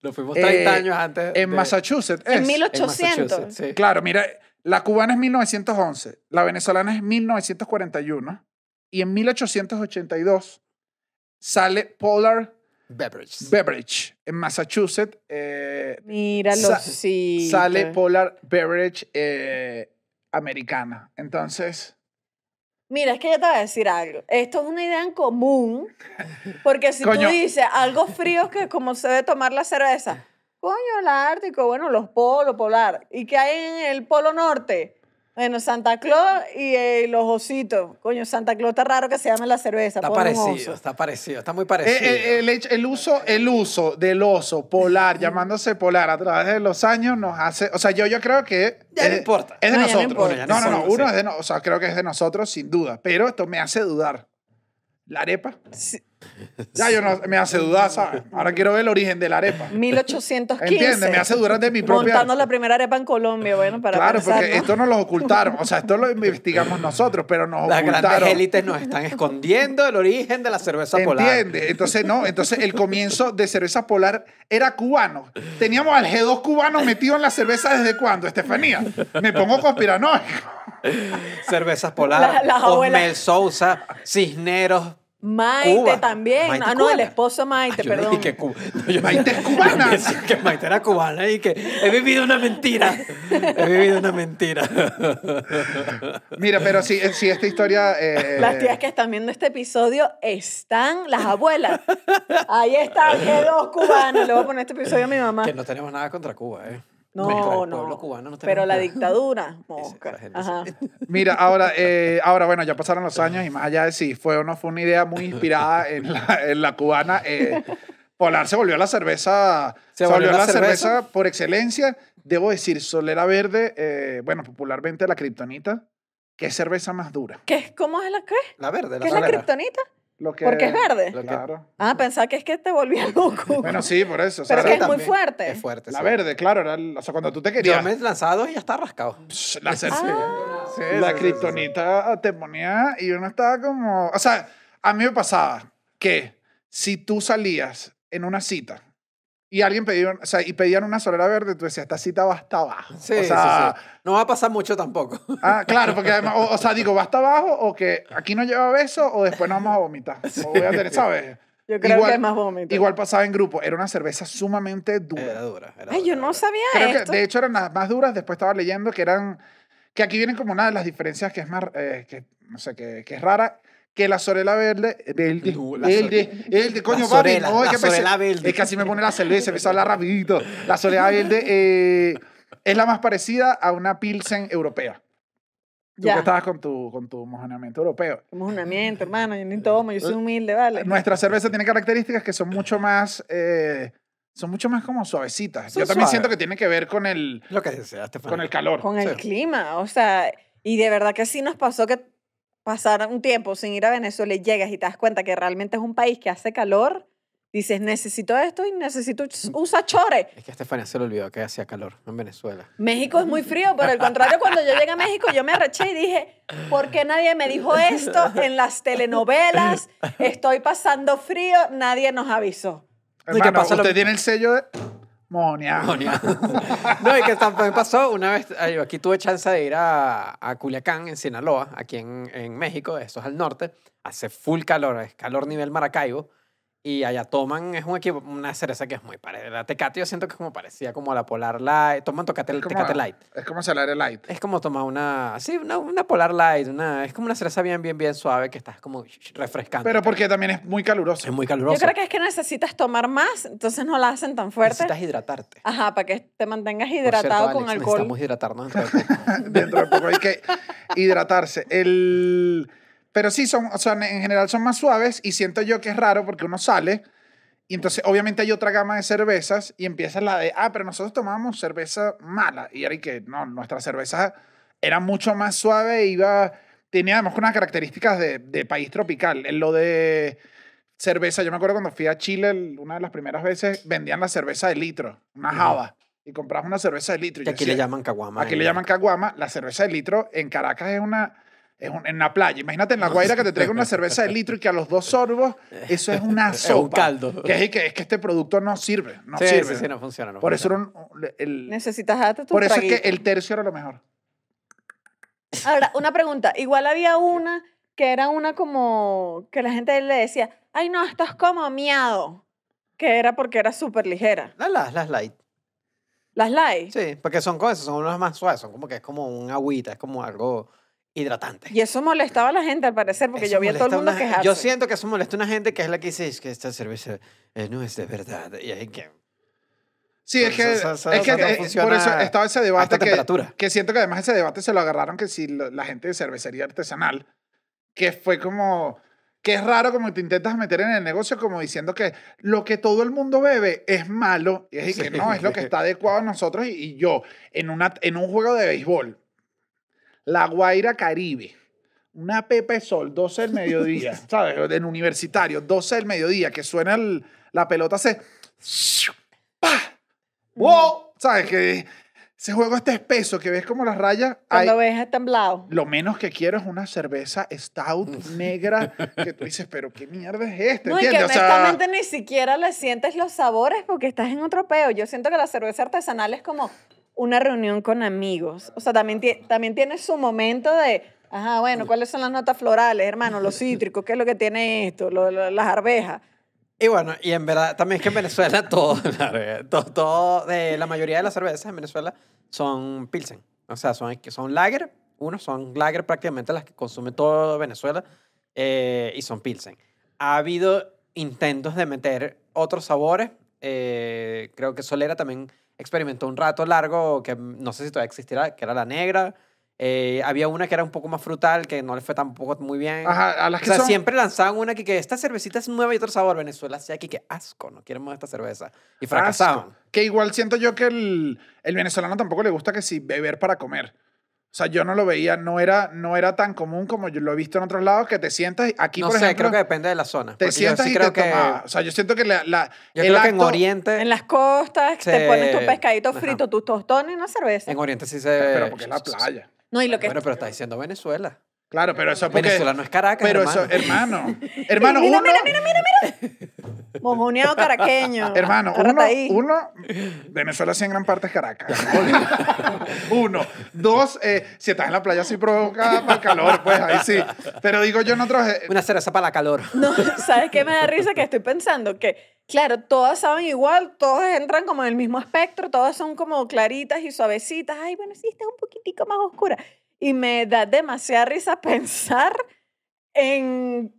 Speaker 6: Lo fuimos 30
Speaker 3: Eh,
Speaker 6: años antes.
Speaker 3: en
Speaker 6: de-
Speaker 3: Massachusetts.
Speaker 5: En
Speaker 3: es.
Speaker 5: 1800.
Speaker 6: Massachusetts, sí.
Speaker 3: Claro, mira, la cubana es 1911, la venezolana es 1941 y en 1882 sale Polar
Speaker 6: Beverages.
Speaker 3: Beverage en Massachusetts. eh,
Speaker 5: Míralo,
Speaker 3: Sa-
Speaker 5: sí.
Speaker 3: sale Polar Beverage eh, americana. Entonces,
Speaker 5: Mira, es que yo te voy a decir algo. Esto es una idea en común, porque si
Speaker 3: Coño.
Speaker 5: tú dices algo frío que como se debe tomar la cerveza, coño, el Ártico, bueno, los polos, polar. ¿Y qué hay en el Polo Norte? Bueno, Santa Claus y eh, los ositos. Coño, Santa Claus está raro que se llame la cerveza.
Speaker 6: Está
Speaker 5: ponle un
Speaker 6: parecido,
Speaker 5: oso.
Speaker 6: está parecido, está muy
Speaker 3: eh,
Speaker 6: parecido.
Speaker 3: eh, el, hecho- el uso, el uso del oso polar, llamándose polar a través de los años, nos hace. O sea, yo, yo creo que.
Speaker 6: Ya no
Speaker 3: es-
Speaker 6: importa.
Speaker 3: Es de
Speaker 5: No, ya no
Speaker 3: nosotros.
Speaker 5: importa.
Speaker 3: no, no, no,
Speaker 6: Nosotros,
Speaker 3: Uno
Speaker 6: sí.
Speaker 3: es de no- O sea, creo que es de nosotros, sin duda. Pero esto me hace dudar. La arepa.
Speaker 5: Sí,
Speaker 3: Ya yo no, me hace dudar, ¿sabes? Ahora quiero ver el origen de la arepa.
Speaker 5: 1815.
Speaker 3: ¿Entiendes? Me hace dudar de mi propia.
Speaker 5: Montando la primera arepa en Colombia, bueno, para
Speaker 3: claro,
Speaker 5: pensar,
Speaker 3: porque
Speaker 5: ¿no?
Speaker 3: esto nos lo ocultaron. O sea, esto lo investigamos nosotros, pero nos
Speaker 6: Las grandes
Speaker 3: ocultaron.
Speaker 6: élites nos están escondiendo el origen de la cerveza polar.
Speaker 3: ¿Entiendes? Entonces, no, entonces el comienzo de cerveza polar era cubano. Teníamos al G2 cubano metido en la cerveza desde cuándo, Estefanía. Me pongo conspiranoico.
Speaker 6: Cervezas
Speaker 5: La-
Speaker 6: polar,
Speaker 5: las abuelas.
Speaker 6: Osmel Sousa, Cisneros,
Speaker 5: Maite
Speaker 6: Cuba.
Speaker 5: también.
Speaker 6: Maite
Speaker 5: ah, no, el
Speaker 6: cubana.
Speaker 5: esposo de Maite,
Speaker 6: Ay, yo le
Speaker 5: perdón.
Speaker 6: dije que Cuba. No, yo-
Speaker 3: Maite es cubana.
Speaker 6: Yo pensé que Maite era cubana y que he vivido una mentira. He vivido una mentira.
Speaker 3: Mira, pero si, si esta historia... eh,
Speaker 5: Las tías que están viendo este episodio están las abuelas. Ahí están, que dos cubanos. Le voy a poner este episodio a mi mamá.
Speaker 6: Que no tenemos nada contra Cuba, ¿eh? Contra
Speaker 5: No,
Speaker 6: el pueblo
Speaker 5: no.
Speaker 6: cubano no tenemos
Speaker 5: Pero la
Speaker 6: nada.
Speaker 5: dictadura,
Speaker 6: esa
Speaker 5: mosca.
Speaker 6: gente,
Speaker 5: Ajá.
Speaker 3: Mira, ahora, eh, ahora, bueno, ya pasaron los años y más allá de si fue o no fue una idea muy inspirada en la, en la cubana, eh, Polar se volvió la cerveza, se, volvió, la, cerveza? por excelencia. Debo decir, Solera Verde, eh, bueno, popularmente la Kryptonita, qué cerveza más dura.
Speaker 5: ¿Qué es, ¿Cómo es la qué?
Speaker 6: La verde, la
Speaker 5: ¿Qué es la
Speaker 6: solera.
Speaker 5: kriptonita?
Speaker 3: Lo que,
Speaker 5: Porque es verde.
Speaker 6: Lo que-
Speaker 3: Claro.
Speaker 5: Ah, pensaba que es que te volvía loco.
Speaker 3: Bueno, sí, por eso. o sea,
Speaker 5: Pero que es muy
Speaker 6: también.
Speaker 5: fuerte.
Speaker 6: Es fuerte.
Speaker 3: la
Speaker 6: sí.
Speaker 3: verde, claro, era el- o sea, cuando tú te
Speaker 6: Yo
Speaker 3: querías.
Speaker 6: me lanzaba dos y ya está rascado.
Speaker 3: pss, La cerveza.
Speaker 5: Ah,
Speaker 3: la kriptonita te ponía y uno estaba como, o sea, a mí me pasaba que si tú salías en una cita y alguien pedía, o sea, y pedían una solera verde, tú decías, esta cita va hasta abajo.
Speaker 6: Sí,
Speaker 3: o sea,
Speaker 6: sí, sí. No va a pasar mucho tampoco.
Speaker 3: ah, claro, porque además, o, o sea, digo, va hasta abajo o que aquí no lleva beso o después nos vamos a vomitar. O voy a tener, ¿sabes?
Speaker 5: yo creo
Speaker 3: Igual-
Speaker 5: que es más vómito.
Speaker 3: Igual pasaba en grupo, era una cerveza sumamente
Speaker 6: Era
Speaker 3: dura.
Speaker 6: dura. era
Speaker 5: Ay,
Speaker 6: dura,
Speaker 5: yo no
Speaker 6: era dura.
Speaker 5: sabía
Speaker 3: Creo que,
Speaker 5: esto.
Speaker 3: de hecho, eran las más duras. Después estaba leyendo que eran. Que aquí vienen como una de las diferencias que es más. eh, que, no sé, que, que es rara. Que la sorela verde. Verde.
Speaker 6: No, la
Speaker 3: verde. Verde. Coño,
Speaker 6: la
Speaker 3: papi.
Speaker 6: sorela,
Speaker 3: no, es
Speaker 6: la
Speaker 3: que empecé-
Speaker 6: sorela verde.
Speaker 3: Es que así me pone la cerveza. Empiezo a hablar rapidito. La sorela verde eh, es la más parecida a una pilsen europea. Tú
Speaker 5: Ya.
Speaker 3: que estabas con tu, con tu mojoneamiento europeo.
Speaker 5: Somos una miente, hermano. Yo ni tomo, yo
Speaker 3: Eh,
Speaker 5: soy humilde, ¿vale?
Speaker 3: Nuestra cerveza tiene características que son mucho más. eh, son mucho más como suavecitas.
Speaker 6: Son
Speaker 3: Yo también
Speaker 6: suaves.
Speaker 3: siento que tiene que ver con el,
Speaker 6: Lo que decía, Estefan.
Speaker 3: con el calor.
Speaker 5: Con el
Speaker 6: Sí.
Speaker 5: clima, o sea, y de verdad que sí nos pasó que pasar un tiempo sin ir a Venezuela y llegas y te das cuenta que realmente es un país que hace calor, dices, necesito esto y necesito ch- usar chores.
Speaker 6: Es que a Estefania se le olvidó que hacía calor en Venezuela.
Speaker 5: México es muy frío, por el contrario, cuando yo llegué a México yo me arreché y dije, ¿por qué nadie me dijo esto en las telenovelas? Estoy pasando frío, nadie nos avisó.
Speaker 6: No, ¿y qué
Speaker 3: Hermano,
Speaker 6: pasa? Lo-
Speaker 3: usted tiene el sello de Monia.
Speaker 6: No, y que también pasó una vez, ay, yo aquí tuve chance de ir a, a Culiacán, en Sinaloa, aquí en, en México, eso es al norte, hace full calor, es calor nivel Maracaibo, y allá toman, es un equipo, una cerveza que es muy parecida, la Tecate yo siento que es como parecía como la Polar Light, toman tocate, Tecate Light.
Speaker 3: Es como Solera Light.
Speaker 6: Es como tomar una, sí, una, una Polar Light, una, es como una cerveza bien, bien, bien suave que estás como refrescante.
Speaker 3: Pero porque también es muy caluroso.
Speaker 6: es muy
Speaker 5: Yo
Speaker 6: caluroso.
Speaker 5: creo que es que necesitas tomar más, entonces no la hacen tan fuerte.
Speaker 6: Necesitas hidratarte.
Speaker 5: Ajá, para que te mantengas
Speaker 6: Por cierto,
Speaker 5: hidratado con
Speaker 6: Alex,
Speaker 5: alcohol.
Speaker 6: Necesitamos hidratarnos. dentro de poco.
Speaker 3: Dentro de poco hay que hidratarse. El... Pero sí, son, o sea, en general son más suaves y siento yo que es raro porque uno sale y entonces obviamente hay otra gama de cervezas y empieza la de, ah, pero nosotros tomábamos cerveza mala. Y era y que, no, nuestra cerveza era mucho más suave, e iba, tenía además unas características de, de país tropical. En lo de cerveza, yo me acuerdo cuando fui a Chile el- una de las primeras veces, vendían la cerveza de litro, una java. Y comprabas una cerveza de litro. y
Speaker 6: que
Speaker 3: yo
Speaker 6: aquí le
Speaker 3: decía,
Speaker 6: llaman caguama.
Speaker 3: Aquí
Speaker 6: en-
Speaker 3: le llaman caguama, la cerveza de litro en Caracas es una es un- en una playa. Imagínate en la Guaira que te traigan una cerveza de litro y que a los dos sorbos eso es una
Speaker 6: Es
Speaker 3: sopa.
Speaker 6: un caldo.
Speaker 3: Que es, que es que este producto no sirve, no
Speaker 6: sí,
Speaker 3: sirve.
Speaker 6: sí, sí, no funciona. no
Speaker 3: por
Speaker 6: funciona.
Speaker 3: eso era un- el,
Speaker 5: Necesitas darte tu
Speaker 3: por eso es que
Speaker 5: traguito.
Speaker 3: el tercio era lo mejor.
Speaker 5: Ahora, una pregunta. Igual había una que era una como que la gente le decía, ay no, esto es como miado. Que era porque era súper ligera.
Speaker 6: Las, las, las light.
Speaker 5: Las light.
Speaker 6: Sí, porque son cosas, son unas más suaves, son como que es como un agüita, es como algo hidratante.
Speaker 5: Y eso molestaba a la gente al parecer, porque
Speaker 6: Eso
Speaker 5: yo vi a todo el
Speaker 6: molesta
Speaker 5: mundo
Speaker 6: una-
Speaker 5: quejarse.
Speaker 6: Yo siento que eso molesta a una gente que es la que dice, es que esta cerveza eh, no es de verdad. Y es que,
Speaker 3: Sí, es
Speaker 6: Eso-
Speaker 3: que,
Speaker 6: eso- eso-
Speaker 3: es que
Speaker 6: eso no
Speaker 3: eh,
Speaker 6: funciona
Speaker 3: por eso estaba ese
Speaker 6: a
Speaker 3: debate
Speaker 6: esta
Speaker 3: que,
Speaker 6: temperatura.
Speaker 3: que siento que además ese debate se lo agarraron que si lo- la gente de cervecería artesanal, que fue como, que es raro como te intentas meter en el negocio como diciendo que lo que todo el mundo bebe es malo, y es y que
Speaker 6: Sí.
Speaker 3: no, es lo que está adecuado a nosotros y, y yo, en, una, en un juego de béisbol, la Guaira Caribe. Una Pepe Sol, 12 del mediodía, ¿sabes? En universitario, 12 del mediodía, que suena el- la pelota, se... ¡Wow! ¿Sabes? Que ese juego está espeso, que ves como las rayas. hay-
Speaker 5: Cuando ves temblado.
Speaker 3: Lo menos que quiero es una cerveza stout negra que tú dices, pero qué mierda es esta,
Speaker 5: No, y que
Speaker 3: ¿entiendes? O sea,
Speaker 5: honestamente ni siquiera le sientes los sabores porque estás en otro peo. Yo siento que la cerveza artesanal es como una reunión con amigos. O sea, también, tie- también tiene su momento de, Ajá, bueno, ¿cuáles son las notas florales, hermano? Los cítricos, ¿qué es lo que tiene esto? Lo- lo- las arvejas.
Speaker 6: Y bueno, y en verdad, también es que en Venezuela todo, la verdad, todo, todo, eh, la mayoría de las cervezas en Venezuela son Pilsen. O sea, son, son lager, unos son lager prácticamente las que consume todo Venezuela eh, y son Pilsen. Ha habido intentos de meter otros sabores. eh, creo que Solera también experimentó un rato largo que no sé si todavía existirá, que era la negra. Eh, había una que era un poco más frutal, que no le fue tampoco muy bien.
Speaker 3: Ajá, a las
Speaker 6: O
Speaker 3: que
Speaker 6: sea,
Speaker 3: son-
Speaker 6: siempre lanzaban una que, que esta cervecita es nueva y otro sabor. Venezuela hacía aquí que asco, no queremos esta cerveza. Y fracasaban.
Speaker 3: Asco. Que igual siento yo que el, el venezolano tampoco le gusta que si beber para comer. O sea, yo no lo veía, no era, no era tan común como yo lo he visto en otros lados, que te sientas y- aquí,
Speaker 6: no
Speaker 3: por
Speaker 6: sé,
Speaker 3: ejemplo,
Speaker 6: creo que depende de la zona.
Speaker 3: te
Speaker 6: porque
Speaker 3: sientas
Speaker 6: yo sí
Speaker 3: y
Speaker 6: creo
Speaker 3: te
Speaker 6: que,
Speaker 3: tomabas. O sea, yo siento que la, la-
Speaker 6: Yo
Speaker 3: el
Speaker 6: creo que en
Speaker 3: acto-
Speaker 6: Oriente,
Speaker 5: En
Speaker 6: en,
Speaker 5: las costas, te
Speaker 6: Sí.
Speaker 5: pones tu pescadito
Speaker 6: Ajá.
Speaker 5: frito, tus tostones y una cerveza.
Speaker 6: Oriente sí se...
Speaker 3: Pero porque es la
Speaker 6: pues,
Speaker 3: playa.
Speaker 5: No, y lo que
Speaker 6: Bueno, pero estás diciendo Venezuela.
Speaker 3: Claro, pero eso porque...
Speaker 6: Venezuela no es Caracas,
Speaker 3: pero
Speaker 6: hermano.
Speaker 3: eso, hermano. Hermano,
Speaker 5: mira,
Speaker 3: uno...
Speaker 5: mira, mira, mira, mira. Mojoneado caraqueño.
Speaker 3: Hermano, uno,
Speaker 5: Arrataí.
Speaker 3: uno, Venezuela sí en gran parte es Caracas. uno. Dos, eh, si estás en la playa sí provoca mal calor, pues ahí sí. Pero digo yo en otros... eh,
Speaker 6: Una cerveza para la calor.
Speaker 5: No, ¿sabes qué me da risa? Que estoy pensando que, claro, todas saben igual, todas entran como en el mismo espectro, todas son como claritas y suavecitas. Ay, bueno, sí, está un poquitico más oscura. Y me da demasiada risa pensar en,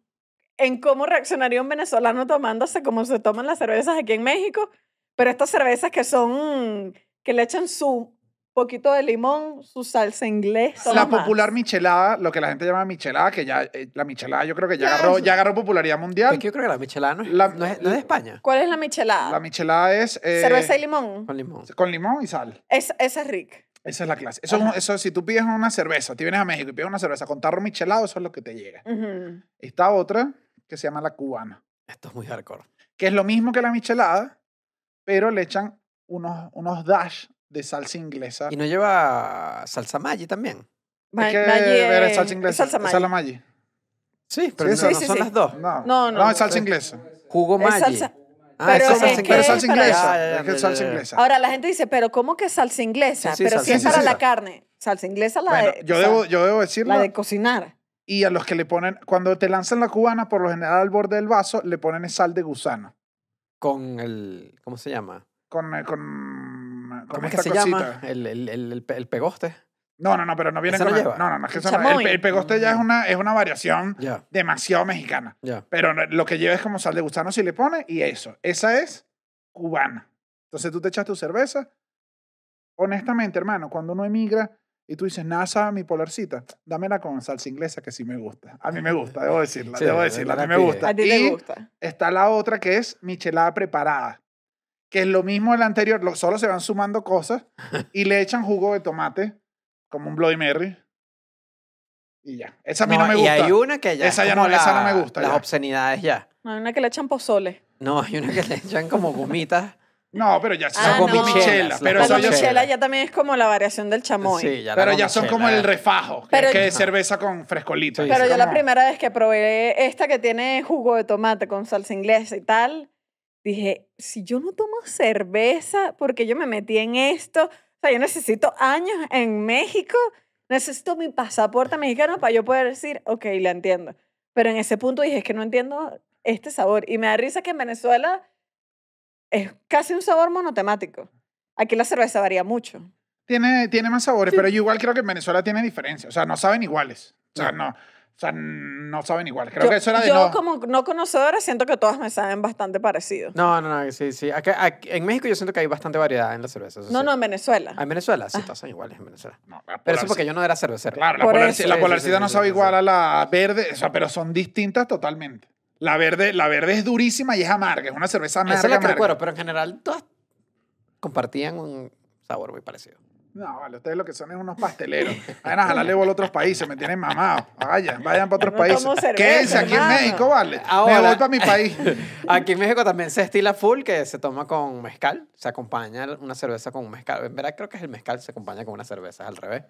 Speaker 5: en cómo reaccionaría un venezolano tomándose como se toman las cervezas aquí en México, pero estas cervezas que son, mm, que le echan su poquito de limón, su salsa inglés. todo
Speaker 3: la
Speaker 5: lo más.
Speaker 3: popular michelada, lo que la gente llama michelada, que ya eh, la michelada yo creo que ya
Speaker 5: Ya,
Speaker 3: agarró,
Speaker 5: eso.
Speaker 3: ya agarró popularidad mundial.
Speaker 6: Es que yo creo que la michelada no es,
Speaker 3: La-
Speaker 6: no es, no es de España.
Speaker 5: ¿Cuál es la michelada?
Speaker 3: La michelada es eh,
Speaker 5: Cerveza y limón.
Speaker 6: Con limón.
Speaker 3: con limón y sal.
Speaker 5: Es- esa es rica.
Speaker 3: Esa es la clase. Eso, es un- eso si tú pides una cerveza, tú vienes a México y pides una cerveza con tarro michelado, eso es lo que te llega.
Speaker 5: Ujú.
Speaker 3: Está otra que se llama la cubana,
Speaker 6: Esto es muy hardcore.
Speaker 3: que es lo mismo que la michelada, pero le echan unos, unos dash de salsa inglesa.
Speaker 6: Y no lleva salsa Maggi también.
Speaker 5: Ma-
Speaker 3: es que
Speaker 5: Maggi
Speaker 3: era
Speaker 5: es-
Speaker 3: salsa inglesa.
Speaker 5: salsa
Speaker 3: esa es
Speaker 5: Maggi.
Speaker 3: la Maggi.
Speaker 6: Sí,
Speaker 3: Sí,
Speaker 6: pero no,
Speaker 3: sí,
Speaker 6: no
Speaker 5: sí,
Speaker 6: son
Speaker 5: sí.
Speaker 6: las dos.
Speaker 3: No,
Speaker 5: No,
Speaker 3: no,
Speaker 5: no,
Speaker 3: es salsa
Speaker 5: es-
Speaker 3: inglesa.
Speaker 6: Jugo
Speaker 5: Es
Speaker 6: Maggi.
Speaker 5: salsa-
Speaker 6: Ah,
Speaker 5: pero
Speaker 6: es salsa
Speaker 5: es
Speaker 3: Pero es
Speaker 5: que-
Speaker 6: inglesa.
Speaker 3: salsa
Speaker 5: para-
Speaker 3: inglesa.
Speaker 6: Ya, ya,
Speaker 3: es que es
Speaker 6: ya,
Speaker 3: salsa
Speaker 6: ya, ya.
Speaker 3: inglesa.
Speaker 5: Ahora la gente dice, pero ¿cómo que salsa inglesa?
Speaker 6: Sí, sí,
Speaker 5: pero
Speaker 6: salsa
Speaker 5: si es para
Speaker 3: inglesa.
Speaker 5: la carne, salsa inglesa la
Speaker 3: Bueno,
Speaker 5: de,
Speaker 3: yo
Speaker 5: o sea,
Speaker 3: debo, yo debo decirlo.
Speaker 5: la de cocinar.
Speaker 3: Y a los que le ponen, cuando te lanzan la cubana, por lo general al borde del vaso, le ponen es sal de gusano.
Speaker 6: Con el... ¿Cómo se llama?
Speaker 3: Con, eh, con, con
Speaker 6: ¿Cómo es
Speaker 3: esta
Speaker 6: que se llama?
Speaker 3: cosita.
Speaker 6: El, el, el, el pe- el pegoste.
Speaker 3: No, no, no, pero no viene
Speaker 6: ¿Eso
Speaker 3: con.
Speaker 6: no
Speaker 3: el-
Speaker 6: lleva?
Speaker 3: no, no, no, es que
Speaker 5: El
Speaker 3: eso no- el,
Speaker 5: chamoy.
Speaker 3: pe- el pegoste ya es una, es una variación
Speaker 6: Ya,
Speaker 3: demasiado mexicana.
Speaker 6: ya.
Speaker 3: Pero no- lo que lleva es como sal de gusano si le pone y eso. Esa es cubana. Entonces tú te echas tu cerveza. Honestamente, hermano, cuando uno emigra y tú dices, nada, sabe mi polarcita, dámela con salsa inglesa que sí me gusta. A mí me gusta, debo decirla,
Speaker 6: Sí,
Speaker 3: debo
Speaker 6: la-
Speaker 3: decirla, a
Speaker 6: la
Speaker 3: mí me
Speaker 6: pide.
Speaker 3: gusta.
Speaker 5: A ti te
Speaker 3: Y-
Speaker 5: gusta.
Speaker 3: está la otra que es michelada preparada, que es lo mismo del anterior, lo- solo se van sumando cosas y le echan jugo de tomate, como un Bloody Mary. Y ya. Esa a mí no, me
Speaker 6: y
Speaker 3: gusta.
Speaker 6: hay una que ya. es
Speaker 3: Esa ya
Speaker 6: como
Speaker 3: no- esa no me
Speaker 6: la-
Speaker 3: gusta,
Speaker 6: Las
Speaker 3: ya.
Speaker 6: obscenidades ya.
Speaker 5: No, hay una que le echan pozole.
Speaker 6: No, hay una que le echan como gomitas.
Speaker 3: No, pero ya
Speaker 5: Ah,
Speaker 3: son
Speaker 5: no.
Speaker 3: gomichelas. Pero,
Speaker 5: la
Speaker 3: eso ya, son-
Speaker 6: gomichela.
Speaker 5: gomichela ya también es como la variación del chamoy.
Speaker 6: Sí, ya la
Speaker 3: pero ya son
Speaker 6: gomichela,
Speaker 3: como el
Speaker 6: ya.
Speaker 3: refajo, que,
Speaker 5: Pero-
Speaker 3: es que es cerveza con frescolita.
Speaker 6: Sí,
Speaker 5: Pero
Speaker 3: Es
Speaker 5: yo la
Speaker 3: como-
Speaker 5: primera vez que probé esta que tiene jugo de tomate con salsa inglesa y tal, dije, si yo no tomo cerveza, porque yo me metí en esto, o sea, yo necesito años en México, necesito mi pasaporte mexicano para yo poder decir, ok, la entiendo. Pero en ese punto dije, es que no entiendo este sabor. Y me da risa que en Venezuela es casi un sabor monotemático. Aquí la cerveza varía mucho.
Speaker 3: Tiene, tiene más sabores, pero yo igual creo que en Venezuela tiene diferencia. O sea, no saben iguales. O sea, no, o sea, no saben iguales. Creo
Speaker 5: yo
Speaker 3: que eso era de
Speaker 5: yo
Speaker 3: no.
Speaker 5: como no conocedora siento que todas me saben bastante parecido.
Speaker 6: No, no, no, sí, sí. Acá- aquí- en México yo siento que hay bastante variedad en las cervezas. eso
Speaker 5: No,
Speaker 6: sí.
Speaker 5: no, en Venezuela.
Speaker 6: Ah, En Venezuela, sí, todas son iguales en Venezuela.
Speaker 3: No, va a
Speaker 6: Pero eso
Speaker 3: polarse-
Speaker 6: porque yo no era cervecero.
Speaker 3: Claro, la,
Speaker 5: Por
Speaker 3: polarci-
Speaker 5: eso.
Speaker 3: la
Speaker 6: Sí, sí,
Speaker 3: polarcidad
Speaker 6: sí,
Speaker 3: no
Speaker 6: sí,
Speaker 3: sabe
Speaker 6: sí,
Speaker 3: igual
Speaker 6: sí.
Speaker 3: a la verde, o sea, pero son distintas totalmente. La verde, la verde es durísima y es amarga, es una cerveza amarga.
Speaker 6: Esa es la que
Speaker 3: amarga.
Speaker 6: recuerdo, pero en general todas compartían un sabor muy parecido.
Speaker 3: No, vale, ustedes lo que son es unos pasteleros. Vayan a jalarle bola a otros países, me tienen mamado. Vayan, vayan para otros
Speaker 5: No
Speaker 3: países.
Speaker 5: tomo cerveza,
Speaker 3: Quédense aquí
Speaker 5: hermano.
Speaker 3: en México, vale.
Speaker 6: Ahora-
Speaker 3: me voy para mi país.
Speaker 6: Aquí en México también se estila full, que se toma con mezcal, se acompaña una cerveza con un mezcal. En verdad creo que es el mezcal, se acompaña con una cerveza, es al revés.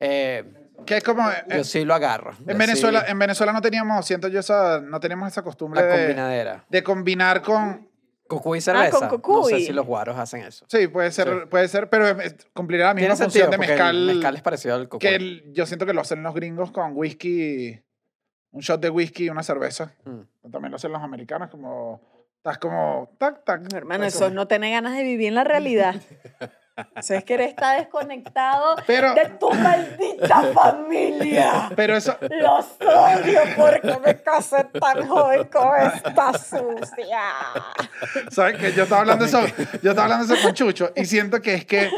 Speaker 6: Eh,
Speaker 3: Que es como... eh,
Speaker 6: yo sí lo agarro. yo
Speaker 3: en, Venezuela,
Speaker 6: sí,
Speaker 3: en Venezuela no teníamos, siento yo, esa, no tenemos esa costumbre
Speaker 6: la
Speaker 3: de,
Speaker 6: combinadera.
Speaker 3: de combinar con...
Speaker 6: Cucuy y cerveza. No sé
Speaker 5: cucuy.
Speaker 6: si los guaros hacen eso.
Speaker 3: Sí, puede ser, puede ser, pero es- es- cumplirá la misma
Speaker 6: Tiene sentido
Speaker 3: función de
Speaker 6: porque
Speaker 3: mezcal,
Speaker 6: el mezcal es pues. parecido al cucuy.
Speaker 3: que el- yo siento que lo hacen los gringos con whisky, un shot de whisky y una cerveza.
Speaker 6: Mm.
Speaker 3: También lo hacen los americanos como estás como tac tac.
Speaker 5: Pues, Hermano,
Speaker 3: Eso.
Speaker 5: eso no tiene ganas de vivir en la realidad. Eso es que eres está desconectado
Speaker 3: Pero
Speaker 5: de tu maldita familia.
Speaker 3: pero eso
Speaker 5: Los odio porque me casé tan joven con esta sucia.
Speaker 3: ¿Sabes que Yo estaba hablando eso, yo estaba hablando eso con Chucho y siento que es que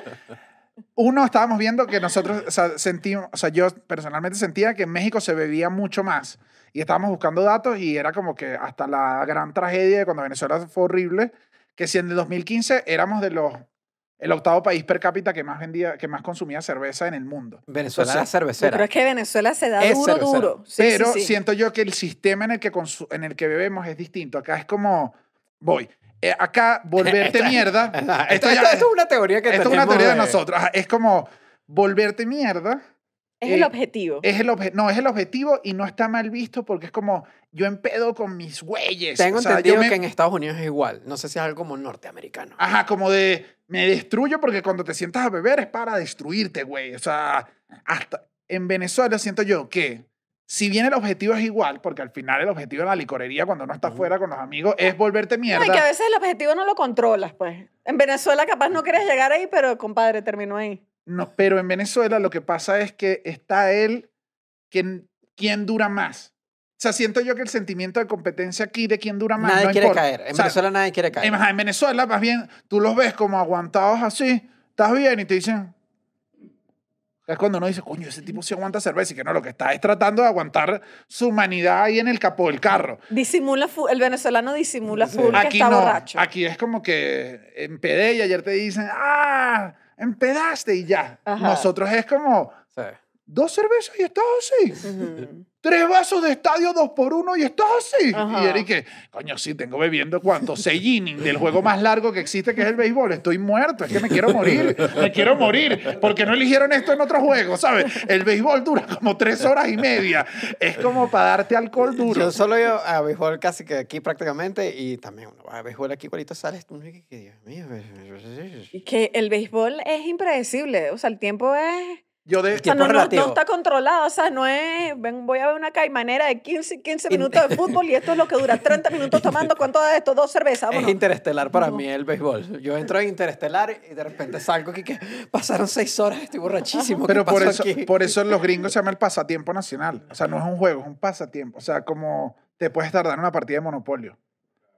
Speaker 3: uno estábamos viendo que nosotros, o sea, sentimos, o sea, yo personalmente sentía que en México se bebía mucho más y estábamos buscando datos y era como que hasta la gran tragedia de cuando Venezuela fue horrible, que si en el 2015 éramos de los el octavo país per cápita que más vendía, que más consumía cerveza en el mundo.
Speaker 6: Venezuela
Speaker 3: Entonces,
Speaker 6: es
Speaker 5: Yo creo
Speaker 6: cervecera.
Speaker 5: es que Venezuela se da
Speaker 6: Es
Speaker 5: duro,
Speaker 6: cervecera.
Speaker 5: duro. Sí, sí,
Speaker 3: Pero
Speaker 5: sí.
Speaker 3: siento yo que el sistema en el que, consu- en el que bebemos es distinto. Acá es como, voy, eh, acá volverte mierda. esto
Speaker 6: Ajá, Esto,
Speaker 3: ya-
Speaker 6: esto- esto es una teoría que
Speaker 3: Esto es
Speaker 6: tenemos.
Speaker 3: una teoría de
Speaker 6: de-
Speaker 3: nosotros. Ajá, Es como volverte mierda.
Speaker 5: es el
Speaker 3: eh,
Speaker 5: objetivo.
Speaker 3: Es el obje- no, es el objetivo y no está mal visto porque es como yo empedo con mis güeyes.
Speaker 6: Tengo
Speaker 3: O sea, yo
Speaker 6: entendido
Speaker 3: me- Ah,
Speaker 6: que en Estados Unidos es igual. No sé si es algo como norteamericano.
Speaker 3: Ajá, como de me destruyo porque cuando te sientas a beber es para destruirte, güey. O sea, hasta en Venezuela siento yo que si bien el objetivo es igual, porque al final el objetivo de la licorería cuando uno está afuera con los amigos es volverte
Speaker 5: No, y que a
Speaker 3: mierda.
Speaker 5: veces el objetivo no lo controlas, pues. En Venezuela capaz no quieres llegar ahí, pero compadre, terminó ahí.
Speaker 3: No, pero en Venezuela lo que pasa es que está él quien, quien dura más. O sea, siento yo que el sentimiento de competencia aquí de quién dura más.
Speaker 6: Nadie
Speaker 3: no
Speaker 6: quiere
Speaker 3: importa.
Speaker 6: caer. En
Speaker 3: O sea,
Speaker 6: Venezuela nadie quiere caer.
Speaker 3: en- ajá, en Venezuela, más bien, tú los ves como aguantados así, estás bien y te dicen. Es cuando uno dice, coño, ese tipo sí aguanta cerveza y que no, lo que está es tratando de aguantar su humanidad ahí en el capó del carro.
Speaker 5: Disimula fu- el venezolano disimula
Speaker 6: Sí.
Speaker 5: full que
Speaker 3: Aquí
Speaker 5: está
Speaker 3: no,
Speaker 5: borracho.
Speaker 3: aquí es como que empedé y ayer te dicen, ah, empedaste y ya.
Speaker 5: Ajá.
Speaker 3: Nosotros es como,
Speaker 6: Sí.
Speaker 3: dos cervezas y estás así.
Speaker 5: Ujú.
Speaker 3: Tres vasos de estadio, dos por uno y estás así.
Speaker 5: Ajá.
Speaker 3: Y Eric, que, coño, sí, tengo bebiendo cuánto. Seis innings del juego más largo que existe, que es el béisbol. Estoy muerto, es que me quiero morir, me quiero morir. Porque no eligieron esto en otro juego, ¿sabes? El béisbol dura como tres horas y media. Es como para darte alcohol duro.
Speaker 6: Yo solo iba a béisbol casi que aquí prácticamente y también uno va a béisbol aquí igualito sales tú, y que Dios mío.
Speaker 5: Y que el béisbol es impredecible, o sea, el tiempo es...
Speaker 3: Yo
Speaker 6: El
Speaker 3: de.
Speaker 5: o sea,
Speaker 6: tiempo
Speaker 5: no,
Speaker 6: es
Speaker 5: no- no
Speaker 6: relativo.
Speaker 5: está controlado, o sea, no es, ven, voy a ver una caimanera de 15, 15 minutos de fútbol y esto es lo que dura, 30 minutos tomando, ¿cuánto da esto? Dos cervezas,
Speaker 6: Es
Speaker 5: vámonos.
Speaker 6: interestelar para mí el béisbol. Yo entro en interestelar y de repente salgo aquí que pasaron seis horas, estoy borrachísimo. ¿qué
Speaker 3: Pero por eso,
Speaker 6: pasó aquí?
Speaker 3: por eso los gringos se llama el pasatiempo nacional. O sea, no es un juego, es un pasatiempo. O sea, como te puedes tardar en una partida de monopolio.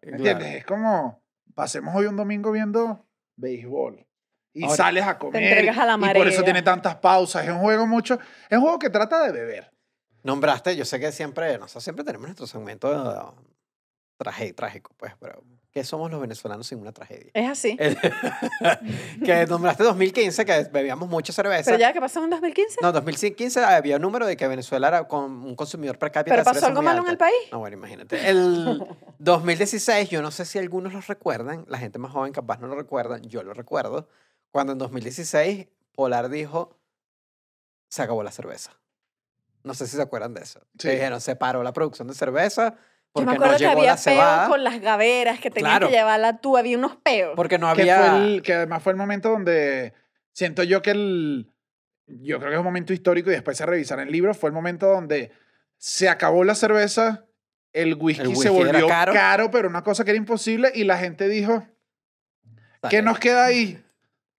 Speaker 3: ¿Me
Speaker 6: Claro.
Speaker 3: ¿Entiendes? Es como, pasemos hoy un domingo viendo béisbol. Y
Speaker 6: Ahora,
Speaker 3: sales a comer.
Speaker 5: entregas a la
Speaker 3: Y por eso
Speaker 5: marea.
Speaker 3: tiene tantas pausas. Es un juego mucho. Es un juego que trata de beber.
Speaker 6: Nombraste, yo sé que siempre, nosotros siempre tenemos nuestro segmento eh, traje- trágico, pues, pero ¿qué somos los venezolanos sin una tragedia?
Speaker 5: Es así.
Speaker 6: El- que nombraste 2015, que bebíamos mucha cerveza.
Speaker 5: Pero ya que pasó en 2015,
Speaker 6: No, 2015 había un número de que Venezuela era con un consumidor per cápita.
Speaker 5: pero
Speaker 6: de
Speaker 5: pasó
Speaker 6: cerveza
Speaker 5: algo
Speaker 6: muy
Speaker 5: malo en
Speaker 6: alto.
Speaker 5: el país.
Speaker 6: No, bueno, imagínate. El 2016, yo no sé si algunos lo recuerdan, la gente más joven capaz no lo recuerdan, yo lo recuerdo, cuando en 2016 Polar dijo, se acabó la cerveza. No sé si se acuerdan de eso.
Speaker 3: Sí.
Speaker 6: Se dijeron, se paró la producción de cerveza
Speaker 5: Yo
Speaker 6: porque
Speaker 5: me acuerdo
Speaker 6: no
Speaker 5: que
Speaker 6: llegó
Speaker 5: había
Speaker 6: la
Speaker 5: peos
Speaker 6: cebada,
Speaker 5: con las gaveras que tenían
Speaker 6: Claro.
Speaker 5: que llevarla tú, había unos peos.
Speaker 6: porque no
Speaker 3: Que,
Speaker 6: había...
Speaker 3: fue el- que además fue el momento donde siento yo que el. Yo creo que es un momento histórico y después se revisará en libros. Fue el momento donde se acabó la cerveza, el whisky,
Speaker 6: El
Speaker 3: se
Speaker 6: whisky era
Speaker 3: volvió
Speaker 6: caro.
Speaker 3: caro, pero una cosa que era imposible y la gente dijo. ¿Qué
Speaker 6: Dale.
Speaker 3: nos queda ahí?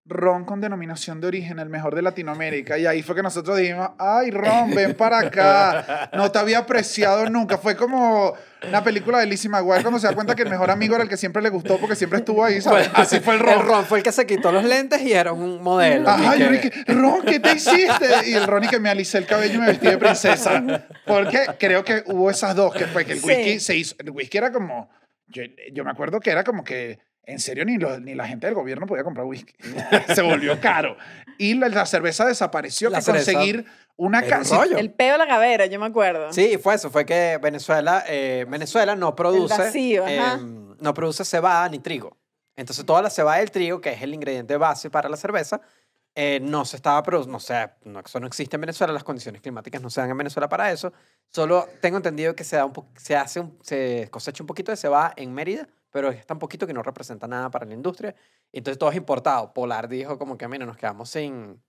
Speaker 3: Ron con denominación de origen, el mejor de Latinoamérica. Y ahí fue que nosotros dijimos, ay, Ron, ven para acá. No te había apreciado nunca. Fue como una película de Lizzie McGuire cuando se da cuenta que el mejor amigo era el que siempre le gustó porque siempre estuvo ahí, ¿sabes? Así fue el
Speaker 6: El
Speaker 3: Ron.
Speaker 6: Ron fue el que se quitó los lentes y era un modelo.
Speaker 3: Ajá,
Speaker 6: y
Speaker 3: yo
Speaker 6: que-
Speaker 3: dije, Ah, Ron, ¿qué te hiciste? Y el Ron y que me alicé el cabello y me vestí de princesa. Porque creo que hubo esas dos, que fue que el
Speaker 5: Sí.
Speaker 3: whisky se hizo, el whisky era como, yo, yo me acuerdo que era como que, en serio, ni, los- ni la gente del gobierno podía comprar whisky. se volvió caro. Y la, la cerveza desapareció,
Speaker 6: La
Speaker 3: que
Speaker 6: cerveza
Speaker 3: conseguir una
Speaker 6: era un
Speaker 3: casa.
Speaker 6: rollo.
Speaker 5: El peo de la gavera, yo me acuerdo.
Speaker 6: Sí, fue eso, fue que Venezuela, eh, Venezuela no produce,
Speaker 5: vacío, ajá.
Speaker 6: em, no produce cebada ni trigo. Entonces toda la cebada del trigo, que es el ingrediente base para la cerveza, eh, no se estaba produciendo, o sea, no, eso no existe en Venezuela, las condiciones climáticas no se dan en Venezuela para eso. Solo tengo entendido que se da un po- se hace un- se cosecha un poquito de cebada en Mérida pero es tan poquito que no representa nada para la industria. Y entonces todo es importado. Polar dijo como que, mira, nos quedamos sin,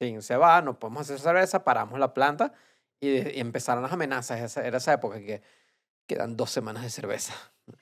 Speaker 6: sin cebada, no podemos hacer cerveza, paramos la planta y, de- y empezaron las amenazas. Esa, era esa época que quedan dos semanas de cerveza.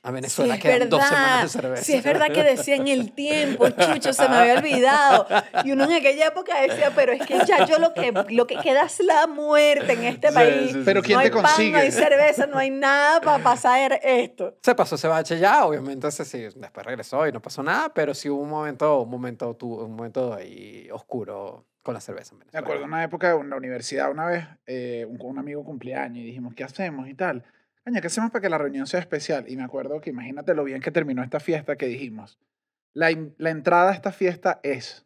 Speaker 6: A
Speaker 5: Sí,
Speaker 6: Venezuela
Speaker 5: es
Speaker 6: quedan dos
Speaker 5: verdad.
Speaker 6: semanas de cerveza.
Speaker 5: Sí, es verdad que decían el tiempo, chucho, se me había olvidado. Y uno en aquella época decía, pero es que ya yo lo que, lo que queda es la muerte en este país.
Speaker 3: Pero ¿quién
Speaker 5: no
Speaker 3: te
Speaker 5: hay pan, no hay
Speaker 3: consigue?
Speaker 5: cerveza, no hay nada para pasar esto.
Speaker 6: Se pasó ese bache ya, obviamente, ese sí, después regresó y no pasó nada, pero sí hubo un momento, un momento, tu- un momento ahí oscuro con la cerveza. en
Speaker 3: Me
Speaker 6: Venezuela.
Speaker 3: acuerdo una época en la universidad, una vez, eh, un, un amigo cumpleaños y dijimos, ¿qué hacemos y tal? Coño, ¿qué hacemos para que la reunión sea especial? Y me acuerdo que imagínate lo bien que terminó esta fiesta que dijimos. La, in- la entrada a esta fiesta es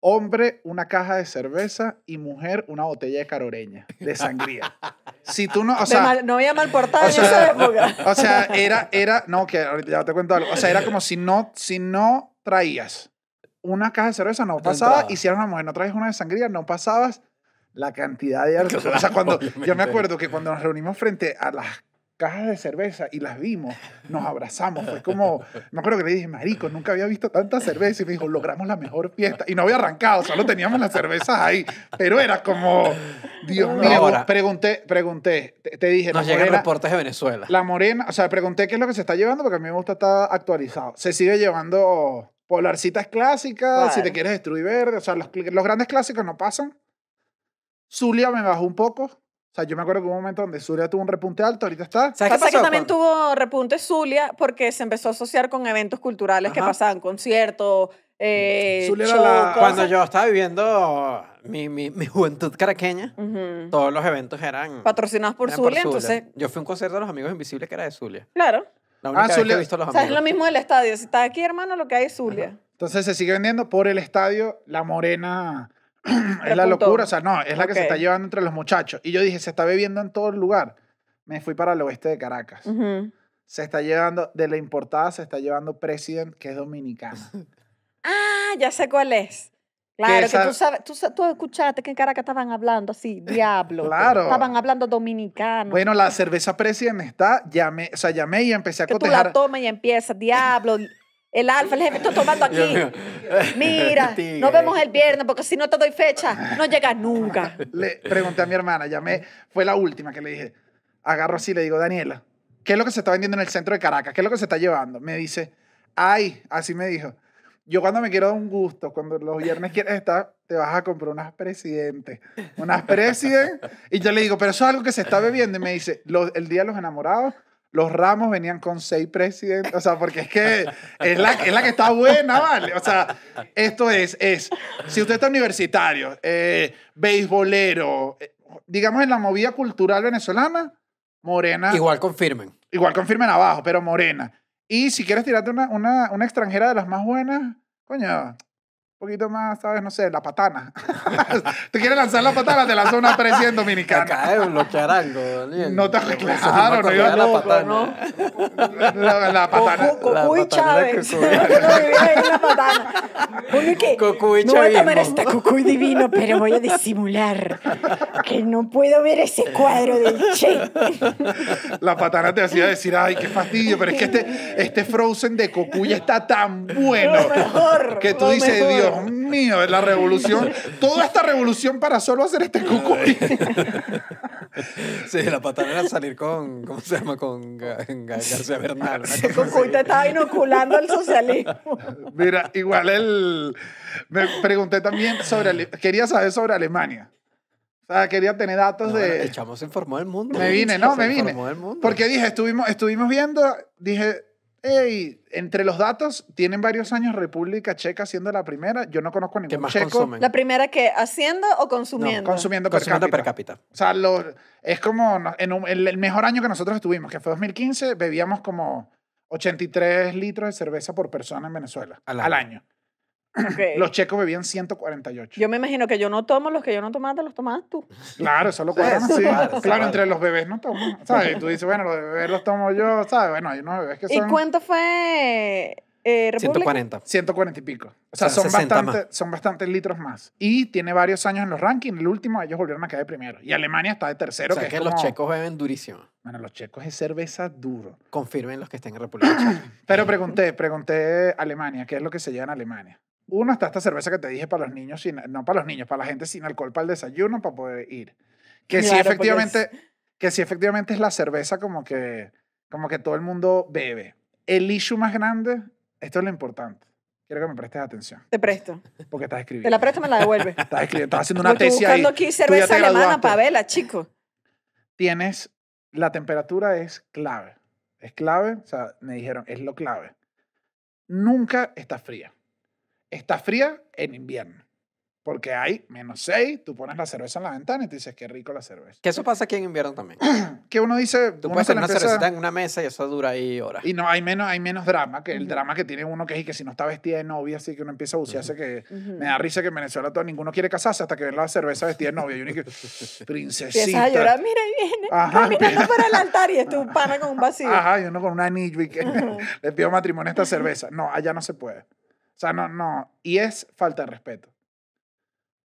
Speaker 3: hombre una caja de cerveza y mujer una botella de caroreña, de sangría. Si tú no, o
Speaker 5: De
Speaker 3: sea,
Speaker 5: mal- no había mal portada
Speaker 3: o
Speaker 5: en
Speaker 3: sea-
Speaker 5: esa época.
Speaker 3: o sea, era, era, no, que ahorita ya te cuento algo. O sea, era como si no, si no traías una caja de cerveza, no pasaba.
Speaker 6: entrada.
Speaker 3: Y si eras una mujer, no traías una de sangría, no pasabas la cantidad de alcohol. o sea,
Speaker 6: Claro,
Speaker 3: cuando, yo me
Speaker 6: obviamente.
Speaker 3: acuerdo que cuando nos reunimos frente a las cajas de cerveza y las vimos, nos abrazamos, fue como, me acuerdo que le dije, marico, nunca había visto tanta cerveza y me dijo, logramos la mejor fiesta y no había arrancado, solo teníamos las cervezas ahí, pero era como, Dios mío,
Speaker 6: Ahora-
Speaker 3: pregunté, pregunté, te, te dije,
Speaker 6: Nos
Speaker 3: la
Speaker 6: llegan
Speaker 3: morena-
Speaker 6: reportes de Venezuela.
Speaker 3: la morena, o sea, pregunté qué es lo que se está llevando porque a mí me gusta estar actualizado. Se sigue llevando polarcitas clásicas, si te
Speaker 5: Claro.
Speaker 3: quieres destruir verde, o sea, los, cl- los grandes clásicos no pasan. Zulia me bajó un poco. O sea, yo me acuerdo que hubo un momento donde Zulia tuvo un repunte alto, ahorita está.
Speaker 6: ¿Sabes qué
Speaker 5: Pasa que
Speaker 6: pasó
Speaker 5: también
Speaker 6: con-
Speaker 5: tuvo repunte Zulia porque se empezó a asociar con eventos culturales que
Speaker 6: Ajá.
Speaker 5: pasaban, conciertos, eh,
Speaker 3: Zulia era
Speaker 5: show,
Speaker 3: la-
Speaker 5: cosas.
Speaker 6: Cuando yo estaba viviendo mi, mi, mi juventud caraqueña,
Speaker 5: Ujú.
Speaker 6: todos los eventos eran...
Speaker 5: Patrocinados por
Speaker 6: eran
Speaker 5: Zulia, entonces,
Speaker 6: Yo fui a un concierto de los Amigos Invisibles que era de Zulia.
Speaker 5: claro.
Speaker 6: La única vez
Speaker 3: Zulia.
Speaker 6: que he visto a los
Speaker 5: O sea, es lo
Speaker 6: amigos.
Speaker 5: mismo del estadio. Si está aquí, hermano, lo que hay es Zulia.
Speaker 3: Entonces se sigue vendiendo por el estadio. La morena es la
Speaker 5: Repuntó.
Speaker 3: locura, o sea, no, es la que se
Speaker 5: Ok.
Speaker 3: está llevando entre los muchachos. Y yo dije, se está bebiendo en todo el lugar. Me fui para el oeste de Caracas.
Speaker 5: Ujú.
Speaker 3: Se está llevando, de la importada, se está llevando President, que es dominicana.
Speaker 5: Ah, ya sé cuál es. Claro, que
Speaker 3: esa-
Speaker 5: tú sabes, tú, sa- tú escuchaste que en Caracas estaban hablando así, diablo.
Speaker 3: Claro.
Speaker 5: Estaban hablando dominicano.
Speaker 3: Bueno, la cerveza President está, llamé, o sea, llamé y empecé a
Speaker 5: que tú la
Speaker 3: cotejar.
Speaker 5: tomas y empiezas, diablo. El alfa, el jefe, estoy tomando aquí. Mira,
Speaker 6: Tigre.
Speaker 5: nos vemos el viernes porque si no te doy fecha, no llegas nunca.
Speaker 3: Le pregunté a mi hermana, llamé, fue la última que le dije. Agarro así, le digo, Daniela, ¿qué es lo que se está vendiendo en el centro de Caracas? ¿Qué es lo que se está llevando? Me dice, ay, así me dijo. Yo cuando me quiero dar un gusto, cuando los viernes quieres estar, te vas a comprar unas presidentes. Unas presidentes. Y yo le digo, pero eso es algo que se está bebiendo. Y me dice, "Los- el día de los enamorados, los ramos venían con seis presidentes. O sea, porque es que es la, es la que está buena, ¿vale? O sea, esto es, es, si usted está universitario, eh, beisbolero, eh, digamos en la movida cultural venezolana, Morena.
Speaker 6: Ah. Igual confirmen.
Speaker 3: Igual confirmen abajo, pero morena. Y si quieres tirarte una, una, una extranjera de las más buenas, coño, un poquito más, ¿sabes? No sé, la patana. ¿Te quieres lanzar la patana? Te lanzo una presión dominicana.
Speaker 6: Acaba de bloquear algo, Daniel.
Speaker 3: No te-
Speaker 6: Se me
Speaker 3: claro,
Speaker 6: acordó
Speaker 3: no iba
Speaker 6: la
Speaker 3: loco,
Speaker 6: patana.
Speaker 5: ¿no?
Speaker 3: La, la patana.
Speaker 5: Cocu- Cocu y
Speaker 6: La patana de
Speaker 5: Chávez.
Speaker 6: Cocu.
Speaker 5: Uno vivía en una patana. Uno que,
Speaker 6: Cocu y
Speaker 5: no voy a tomar
Speaker 6: chavismo".
Speaker 5: esta cucuy divino, pero voy a disimular que no puedo ver ese cuadro del Che.
Speaker 3: La patana te hacía decir, ay, qué fastidio, pero es que este, este Frozen de Cocuya está tan bueno.
Speaker 5: Lo mejor,
Speaker 3: que tú
Speaker 5: lo
Speaker 3: dices,
Speaker 5: mejor.
Speaker 3: Dios mío, es la revolución. Toda esta revolución para solo hacer este Cocuya.
Speaker 6: Sí, la patana era salir con, ¿cómo se llama? Con Ga- Ga- García Bernal. una cosa
Speaker 5: Cucuy te estaba inoculando al socialismo.
Speaker 3: Mira, igual el. Me pregunté también sobre. Ale- Quería saber sobre Alemania. O sea, quería tener datos
Speaker 6: No,
Speaker 3: de.
Speaker 6: El chamo se informó del mundo.
Speaker 3: Me vine, no,
Speaker 6: Se
Speaker 3: me vine.
Speaker 6: informó del mundo.
Speaker 3: Porque dije, estuvimos, estuvimos viendo, dije, hey, entre los datos, tienen varios años República Checa siendo la primera. Yo no conozco
Speaker 6: ¿Qué
Speaker 3: ningún
Speaker 6: más
Speaker 3: checo
Speaker 6: consumen?
Speaker 5: La primera que, ¿haciendo o consumiendo?
Speaker 3: consumiendo, per
Speaker 6: Consumiendo
Speaker 3: cápita.
Speaker 6: per cápita.
Speaker 3: O sea, lo- es como no- en un- el, el mejor año que nosotros estuvimos, que fue 2015, bebíamos como 83 litros de cerveza por persona en Venezuela
Speaker 6: Al
Speaker 3: al
Speaker 6: año.
Speaker 3: año.
Speaker 5: Ok.
Speaker 3: Los checos bebían 148.
Speaker 5: Yo me imagino que yo no tomo los que yo no tomaba, te los tomabas tú.
Speaker 3: Claro, eso lo
Speaker 6: Sí,
Speaker 3: cuadran
Speaker 6: sí,
Speaker 3: así.
Speaker 6: claro, sí,
Speaker 3: Claro,
Speaker 6: claro.
Speaker 3: entre los bebés no toman. ¿Sabes? Y tú dices, bueno, los bebés los tomo yo, ¿sabes? Bueno, hay unos bebés que
Speaker 5: ¿Y
Speaker 3: son.
Speaker 5: cuánto fue eh, República.
Speaker 6: 140.
Speaker 3: 140 y pico. O sea,
Speaker 6: O sea,
Speaker 3: son,
Speaker 6: 60
Speaker 3: bastante, son bastantes litros más. Y tiene varios años en los rankings. El último, ellos volvieron a caer primero. Y Alemania está de tercero.
Speaker 6: o sea,
Speaker 3: que
Speaker 6: que,
Speaker 3: es
Speaker 6: los
Speaker 3: como-
Speaker 6: checos beben durísimo.
Speaker 3: Bueno, los checos es cerveza duro.
Speaker 6: Confirmen los que estén en República Checa.
Speaker 3: Pero pregunté, pregunté Alemania, ¿qué es lo que se lleva en Alemania? Uno está esta cerveza que te dije para los niños, sin, no para los niños, para la gente sin alcohol, para el desayuno, para poder ir. Que sí,
Speaker 5: Claro, porque
Speaker 3: efectivamente, que sí, efectivamente es la cerveza como que, como que todo el mundo bebe. El issue más grande, esto es lo importante. Quiero que me prestes atención,
Speaker 5: Te presto.
Speaker 3: porque estás escribiendo.
Speaker 5: Te la presto, me la devuelve.
Speaker 3: Estás, escribiendo, estás haciendo
Speaker 5: Porque
Speaker 3: una tesis
Speaker 5: estoy
Speaker 3: ahí.
Speaker 5: buscando aquí cerveza
Speaker 3: te
Speaker 5: alemana,
Speaker 3: graduaste.
Speaker 5: pavela, chico.
Speaker 3: Tienes, la temperatura es clave. Es clave, o sea, me dijeron, es lo clave. Nunca está fría. Está fría en invierno. Porque hay menos 6, tú pones la cerveza en la ventana y tú dices, qué rico la cerveza.
Speaker 6: que eso pasa aquí en invierno también.
Speaker 3: Que uno dice,
Speaker 6: Tú
Speaker 3: uno
Speaker 6: puedes
Speaker 3: se
Speaker 6: tener
Speaker 3: la
Speaker 6: una
Speaker 3: empieza-
Speaker 6: cervecita en una mesa y eso dura ahí horas.
Speaker 3: Y no, hay menos, hay menos drama que el drama que tiene uno que es y que si no está vestida de novia, así que uno empieza a bucearse que...
Speaker 5: Ujú.
Speaker 3: Me da risa que en Venezuela todo, ninguno quiere casarse hasta que ven la cerveza vestida de novia. Y uno y que,
Speaker 5: Empiezas
Speaker 3: princesita.
Speaker 5: a llorar, mira, y viene
Speaker 3: Ajá,
Speaker 5: caminando
Speaker 3: empieza-
Speaker 5: para el altar y es tu pana con un vacío.
Speaker 3: Ajá, y uno con un anillo y que le pido matrimonio a esta cerveza. No, allá no se puede. O sea, no, no. Y es falta de respeto.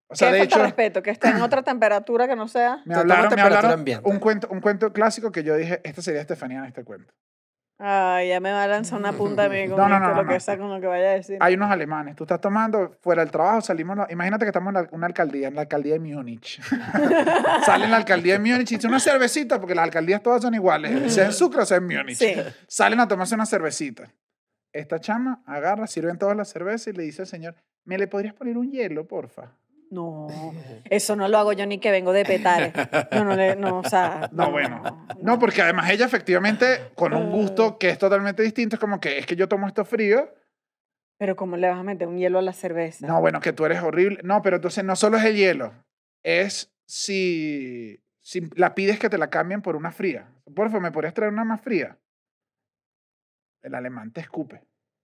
Speaker 3: O sea,
Speaker 5: que
Speaker 3: de
Speaker 5: falta
Speaker 3: hecho,
Speaker 5: respeto, que esté en otra temperatura que no sea.
Speaker 3: me
Speaker 6: Total
Speaker 3: hablaron, me
Speaker 6: temperatura
Speaker 3: hablaron
Speaker 6: ambiente.
Speaker 3: un, cuento, un cuento clásico que yo dije, esta sería Estefanía en este cuento.
Speaker 5: Ay, ya me va a lanzar una punta a mí con
Speaker 3: No, no,
Speaker 5: esto,
Speaker 3: no, no,
Speaker 5: lo que
Speaker 3: no.
Speaker 5: sea con lo que vaya a decir.
Speaker 3: Hay unos alemanes, tú estás tomando fuera del trabajo, salimos, la- imagínate que estamos en la- una alcaldía, en la alcaldía de Múnich. Salen la alcaldía de Múnich y dicen una cervecita, porque las alcaldías todas son iguales, sea en Sucre o sea en Múnich.
Speaker 5: sí.
Speaker 3: Salen a tomarse una cervecita. Esta chama agarra, sirven todas las cervezas y le dice al señor, ¿me le podrías poner un hielo, porfa?
Speaker 5: No, eso no lo hago yo ni que vengo de petare. No, no, le- no, o sea.
Speaker 3: No, bueno. No, porque además ella efectivamente, con un gusto que es totalmente distinto, es como que es que yo tomo esto frío.
Speaker 5: Pero ¿cómo le vas a meter un hielo a la cerveza?
Speaker 3: No, bueno, que tú eres horrible. No, pero entonces no solo es el hielo, es si, si la pides que te la cambien por una fría. Porfa, ¿me podrías traer una más fría? El alemán te escupe.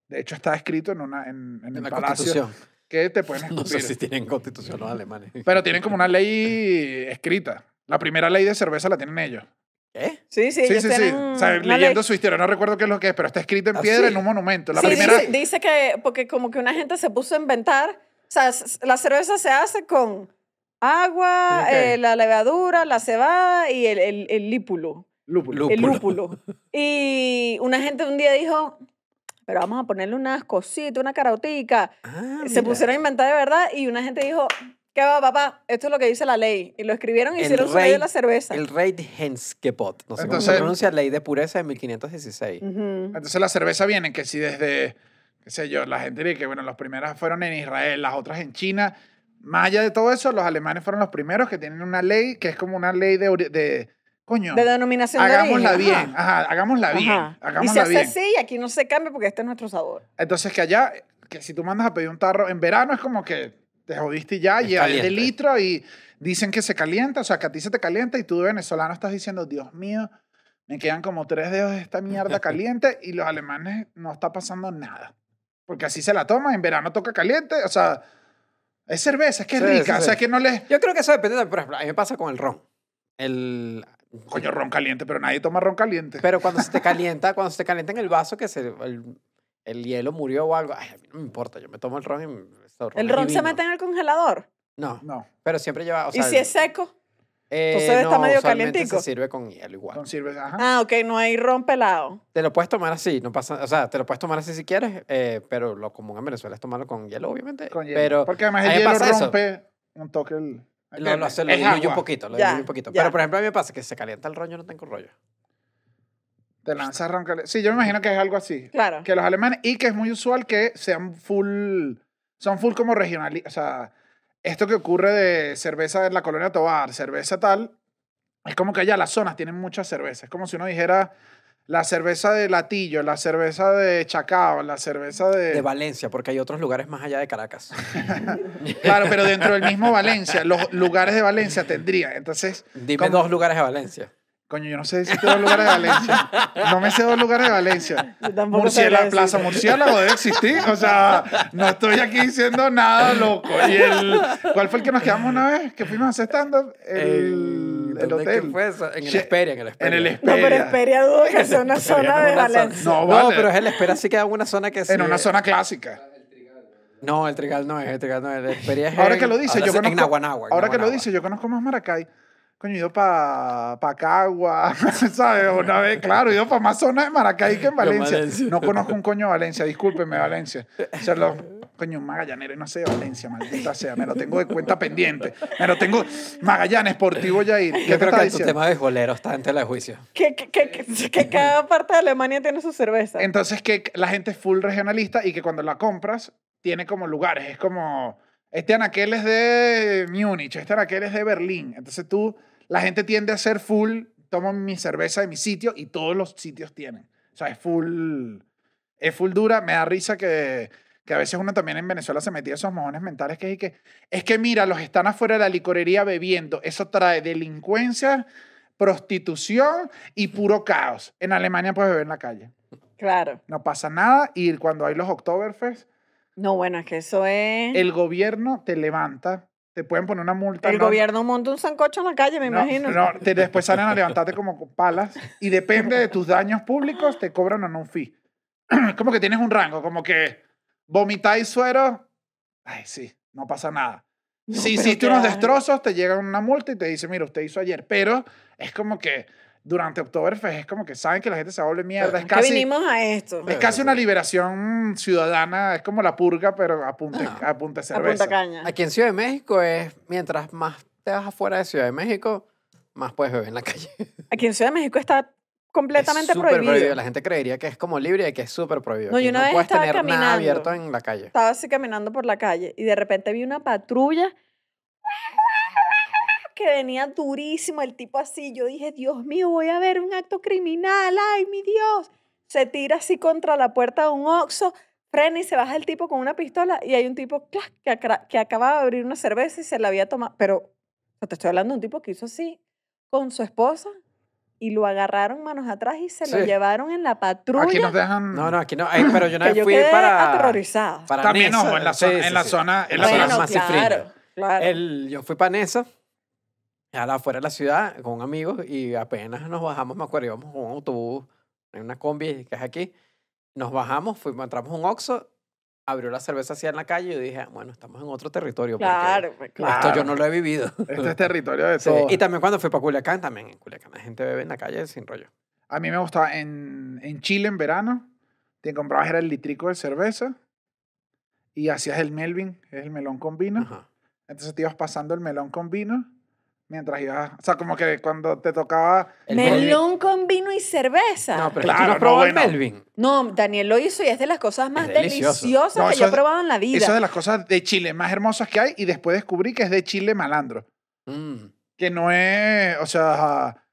Speaker 3: De hecho, está escrito en, una, en, en
Speaker 6: en
Speaker 3: el
Speaker 6: la
Speaker 3: palacio
Speaker 6: constitución.
Speaker 3: que te pueden escupir.
Speaker 6: No sé si tienen constitución los alemanes.
Speaker 3: Pero tienen como una ley escrita. La primera ley de cerveza la tienen ellos.
Speaker 6: ¿Qué?
Speaker 5: Sí, sí,
Speaker 3: Sí, sí,
Speaker 5: ellos
Speaker 3: sí.
Speaker 5: tienen
Speaker 3: O sea,
Speaker 5: una
Speaker 3: leyendo
Speaker 5: ley.
Speaker 3: su historia, no recuerdo qué es lo que es, pero está escrita en
Speaker 6: ¿Ah,
Speaker 3: piedra
Speaker 6: sí?
Speaker 3: en un monumento. La
Speaker 5: Sí,
Speaker 3: primera.
Speaker 5: dice, dice que, porque como que una gente se puso a inventar, o sea, s- la cerveza se hace con agua,
Speaker 3: Ok.
Speaker 5: eh, la levadura, la cebada y el, el, el lípulo,
Speaker 3: Lúpulo.
Speaker 6: Lúpulo.
Speaker 5: el lúpulo. Y una gente un día dijo, pero vamos a ponerle unas cositas, una carautica.
Speaker 6: Ah,
Speaker 5: se
Speaker 6: mira.
Speaker 5: pusieron a inventar de verdad y una gente dijo, ¿qué va, papá? Esto es lo que dice la ley. Y lo escribieron y
Speaker 6: El
Speaker 5: hicieron su ley de
Speaker 6: rey-
Speaker 5: la cerveza.
Speaker 6: El rey de Henskepot. No sé cómo
Speaker 3: Entonces-
Speaker 6: se pronuncia. Ley de pureza de 1516.
Speaker 5: Ujú.
Speaker 3: Entonces la cerveza viene que si desde, qué sé yo, la gente diría que, bueno, las primeras fueron en Israel, las otras en China. Más allá de todo eso, los alemanes fueron los primeros que tienen una ley que es como una ley de... ori- de coño,
Speaker 5: De denominación
Speaker 3: hagámosla
Speaker 5: de origen.
Speaker 3: bien. Ajá, hagámosla bien.
Speaker 5: Ajá. Y se
Speaker 3: Hagámosla
Speaker 5: hace
Speaker 3: bien.
Speaker 5: así y aquí no se cambia porque este es nuestro sabor.
Speaker 3: Entonces que allá, que si tú mandas a pedir un tarro en verano es como que te jodiste y ya,
Speaker 6: Es
Speaker 3: y es de
Speaker 6: caliente.
Speaker 3: litro y dicen que se calienta, o sea, que a ti se te calienta y tú de venezolano estás diciendo, Dios mío, me quedan como tres dedos de esta mierda caliente y los alemanes no está pasando nada. Porque así se la toman, en verano toca caliente, o sea, es cerveza, es que es
Speaker 6: Sí,
Speaker 3: rica,
Speaker 6: sí,
Speaker 3: o sea,
Speaker 6: sí.
Speaker 3: es que no les...
Speaker 6: Yo creo que eso depende, de, por ejemplo, a mí me pasa con el ron. El,
Speaker 3: Coño, ron caliente, pero nadie toma ron caliente.
Speaker 6: pero cuando se te calienta, cuando se te calienta en el vaso que se, el, el hielo murió o algo, ay, a mí no me importa, yo me tomo el ron y me- ese
Speaker 5: El
Speaker 6: es
Speaker 5: ron se
Speaker 6: divino.
Speaker 5: mete en el congelador.
Speaker 6: No,
Speaker 3: No,
Speaker 6: pero siempre lleva, o sea,
Speaker 5: y si es seco.
Speaker 6: eh,
Speaker 5: entonces está
Speaker 6: no,
Speaker 5: medio
Speaker 6: usualmente
Speaker 5: calientico.
Speaker 6: se sirve con hielo igual.
Speaker 3: no sirve, ajá.
Speaker 5: Ah, ok, no hay ron pelado.
Speaker 6: Te lo puedes tomar así, no pasa, o sea, te lo puedes tomar así si quieres, eh, pero lo común en Venezuela es tomarlo con hielo, obviamente.
Speaker 3: Con hielo.
Speaker 6: Ah, Pero
Speaker 3: Porque además
Speaker 6: a mí
Speaker 3: el
Speaker 6: me
Speaker 3: hielo
Speaker 6: pasa eso.
Speaker 3: rompe un toque el...
Speaker 6: lo, lo, se lo
Speaker 3: Es
Speaker 6: diluye un
Speaker 3: agua.
Speaker 6: poquito, lo
Speaker 5: Ya,
Speaker 6: diluye un poquito.
Speaker 5: ya.
Speaker 6: Pero por ejemplo, a mí me pasa que se calienta el rollo, no tengo rollo.
Speaker 3: Te lanzas ron caliente. Sí, yo me imagino que es algo así.
Speaker 5: Claro.
Speaker 3: Que los alemanes, y que es muy usual que sean full, son full como regional. O sea, esto que ocurre de cerveza en la colonia Tobar, cerveza tal, es como que allá las zonas tienen muchas cervezas. Es como si uno dijera la cerveza de Latillo, la cerveza de Chacao, la cerveza de...
Speaker 6: De Valencia, porque hay otros lugares más allá de Caracas.
Speaker 3: claro, pero dentro del mismo Valencia, los lugares de Valencia tendría. Entonces,
Speaker 6: Dime
Speaker 3: ¿Cómo?
Speaker 6: dos lugares de Valencia.
Speaker 3: coño, yo no sé si dos lugares de Valencia. No me sé dos lugares de Valencia.
Speaker 5: Yo tampoco
Speaker 3: Murciela,
Speaker 5: sabría
Speaker 3: Plaza
Speaker 5: decirte.
Speaker 3: Murciélago debe existir. O sea, no estoy aquí diciendo nada loco. ¿Y el, cuál fue el que nos quedamos una vez? Que fuimos a hacer stand-up. El,
Speaker 6: El
Speaker 3: el, el
Speaker 6: ¿Dónde- qué
Speaker 3: hotel.
Speaker 6: fue eso? En el
Speaker 3: Che-
Speaker 6: Esperia, en el
Speaker 3: En
Speaker 6: Esperia.
Speaker 3: el
Speaker 5: No, pero
Speaker 3: Esperia.
Speaker 5: Esperia dudo que sea una zona de
Speaker 6: Una zona-
Speaker 5: Valencia.
Speaker 3: No,
Speaker 6: No,
Speaker 3: vale.
Speaker 6: pero es el Esperia sí queda una zona que sí.
Speaker 3: en una
Speaker 6: es-
Speaker 3: zona clásica.
Speaker 6: No, el Trigal no es, el Trigal no es. El Esperia es
Speaker 3: Ahora
Speaker 6: en-
Speaker 3: que lo dice,
Speaker 6: ahora
Speaker 3: yo
Speaker 6: es
Speaker 3: conozco.
Speaker 6: En Naguanagua. en
Speaker 3: ahora que lo
Speaker 6: Naguanagua.
Speaker 3: dice, yo conozco más Maracay. Coño, he ido para pa Cagua, ¿sabes? Una vez, claro, he ido para más zonas de Maracay que en Valencia.
Speaker 6: Valencia.
Speaker 3: No conozco un coño de Valencia, discúlpeme, Valencia. O sea, los, coño, un magallanero y no sé de Valencia, maldita sea. Me lo tengo de cuenta pendiente. Me lo tengo. Magallanes, Portivo Yair. ¿Qué
Speaker 6: Yo
Speaker 3: te
Speaker 6: creo
Speaker 3: está
Speaker 6: que tu
Speaker 3: diciendo?
Speaker 6: tema de bolero está en tela de juicio.
Speaker 5: Que, que, que, que- que cada parte de Alemania tiene su cerveza.
Speaker 3: Entonces, que la gente es full regionalista y que cuando la compras, tiene como lugares. Es como. Este anaquel es de Múnich, este anaquel es de Berlín. Entonces tú, la gente tiende a ser full, tomo mi cerveza de mi sitio y todos los sitios tienen. O sea, es full. Es full dura. Me da risa que, que a veces uno también en Venezuela se metía esos mojones mentales que es que. Es que mira, los están afuera de la licorería bebiendo. Eso trae delincuencia, prostitución y puro caos. En Alemania puedes beber en la calle
Speaker 5: Claro.
Speaker 3: no pasa nada. Y cuando hay los Oktoberfest,
Speaker 5: No, bueno, es que eso es... El,
Speaker 3: el gobierno te levanta, te pueden poner una multa. no-
Speaker 5: gobierno monta un sancocho en la calle, me
Speaker 3: no,
Speaker 5: imagino.
Speaker 3: no, te- después salen a levantarte como con palas y depende de tus daños públicos, te cobran o no un fee. Es como que tienes un rango, como que vomitáis suero, ay, sí, no pasa nada.
Speaker 5: No,
Speaker 3: si
Speaker 5: pero
Speaker 3: hiciste
Speaker 5: qué
Speaker 3: unos
Speaker 5: asco.
Speaker 3: destrozos, te llega una multa y te dice, mira, usted hizo ayer. Pero es como que durante Oktoberfest es como que saben que la gente se vuelve mierda. Es
Speaker 5: Que
Speaker 3: casi,
Speaker 5: vinimos a esto.
Speaker 3: Es casi una liberación ciudadana, es como la purga, pero apunte,
Speaker 6: Ah.
Speaker 3: apunte
Speaker 5: A
Speaker 3: cerveza.
Speaker 5: Punta Caña.
Speaker 6: Aquí en Ciudad de México es, mientras más te vas afuera de Ciudad de México, más puedes beber en la calle.
Speaker 5: Aquí en Ciudad de México está completamente
Speaker 6: Es súper
Speaker 5: prohibido.
Speaker 6: La gente creería que es como libre y que es súper prohibido.
Speaker 5: No,
Speaker 6: Aquí
Speaker 5: yo una vez
Speaker 6: puedes
Speaker 5: estaba
Speaker 6: tener nada
Speaker 5: caminando.
Speaker 6: abierto en la calle.
Speaker 5: Estaba así caminando por la calle y de repente vi una patrulla que venía durísimo, el tipo así. Yo dije, Dios mío, voy a ver un acto criminal, ay, mi Dios. Se tira así contra la puerta de un Oxxo, frena y se baja el tipo con una pistola y hay un tipo ¡clac!, que, acra- que acababa de abrir una cerveza y se la había tomado. Pero o sea, te estoy hablando de un tipo que hizo así con su esposa y lo agarraron manos atrás y se lo
Speaker 6: Sí.
Speaker 5: llevaron en la patrulla.
Speaker 3: Aquí nos dejan.
Speaker 6: No, no, aquí no. Ay, pero yo una
Speaker 5: que
Speaker 6: vez
Speaker 5: yo
Speaker 6: fui
Speaker 5: quedé
Speaker 6: para.
Speaker 5: aterrorizada.
Speaker 6: para
Speaker 3: También,
Speaker 6: Nesa.
Speaker 3: ojo, en la
Speaker 6: Sí,
Speaker 3: zona.
Speaker 6: sí,
Speaker 3: en la
Speaker 6: sí.
Speaker 3: zona. En la
Speaker 6: Bueno,
Speaker 3: zona.
Speaker 6: más cifrina.
Speaker 5: claro.
Speaker 6: El- yo fui para Nesa, a la- afuera de la ciudad, con un amigo, y apenas nos bajamos, me acuerdo, íbamos con un autobús, en una combi que es aquí. Nos bajamos, fuimos, entramos a un Oxxo, abrió la cerveza así en la calle y yo dije, bueno, estamos en otro territorio. porque
Speaker 5: Claro, pues, claro.
Speaker 6: Esto yo no lo he vivido.
Speaker 3: Este es territorio de
Speaker 6: Sí,
Speaker 3: todo.
Speaker 6: Y también cuando fui para Culiacán, también en Culiacán la gente bebe en la calle sin rollo.
Speaker 3: A mí me gustaba en, en Chile en verano, te comprabas era el litrico de cerveza y hacías el Melvin, es el melón con vino.
Speaker 6: Ajá.
Speaker 3: Entonces te ibas pasando el melón con vino mientras ibas. O sea, como que cuando te tocaba.
Speaker 6: El
Speaker 5: Melón con vino y cerveza.
Speaker 6: No,
Speaker 5: No,
Speaker 6: pero
Speaker 3: Claro,
Speaker 6: claro,
Speaker 3: no,
Speaker 6: no probó el
Speaker 3: bueno.
Speaker 6: Melvin.
Speaker 5: Daniel lo hizo y es de las cosas más
Speaker 6: Es delicioso.
Speaker 5: deliciosas
Speaker 3: No,
Speaker 5: que
Speaker 3: eso
Speaker 5: yo he
Speaker 3: es-
Speaker 5: probado en la vida.
Speaker 3: Eso es de las cosas de Chile más hermosas que hay y después descubrí que es de Chile malandro.
Speaker 6: Mm,
Speaker 3: que no es, o sea,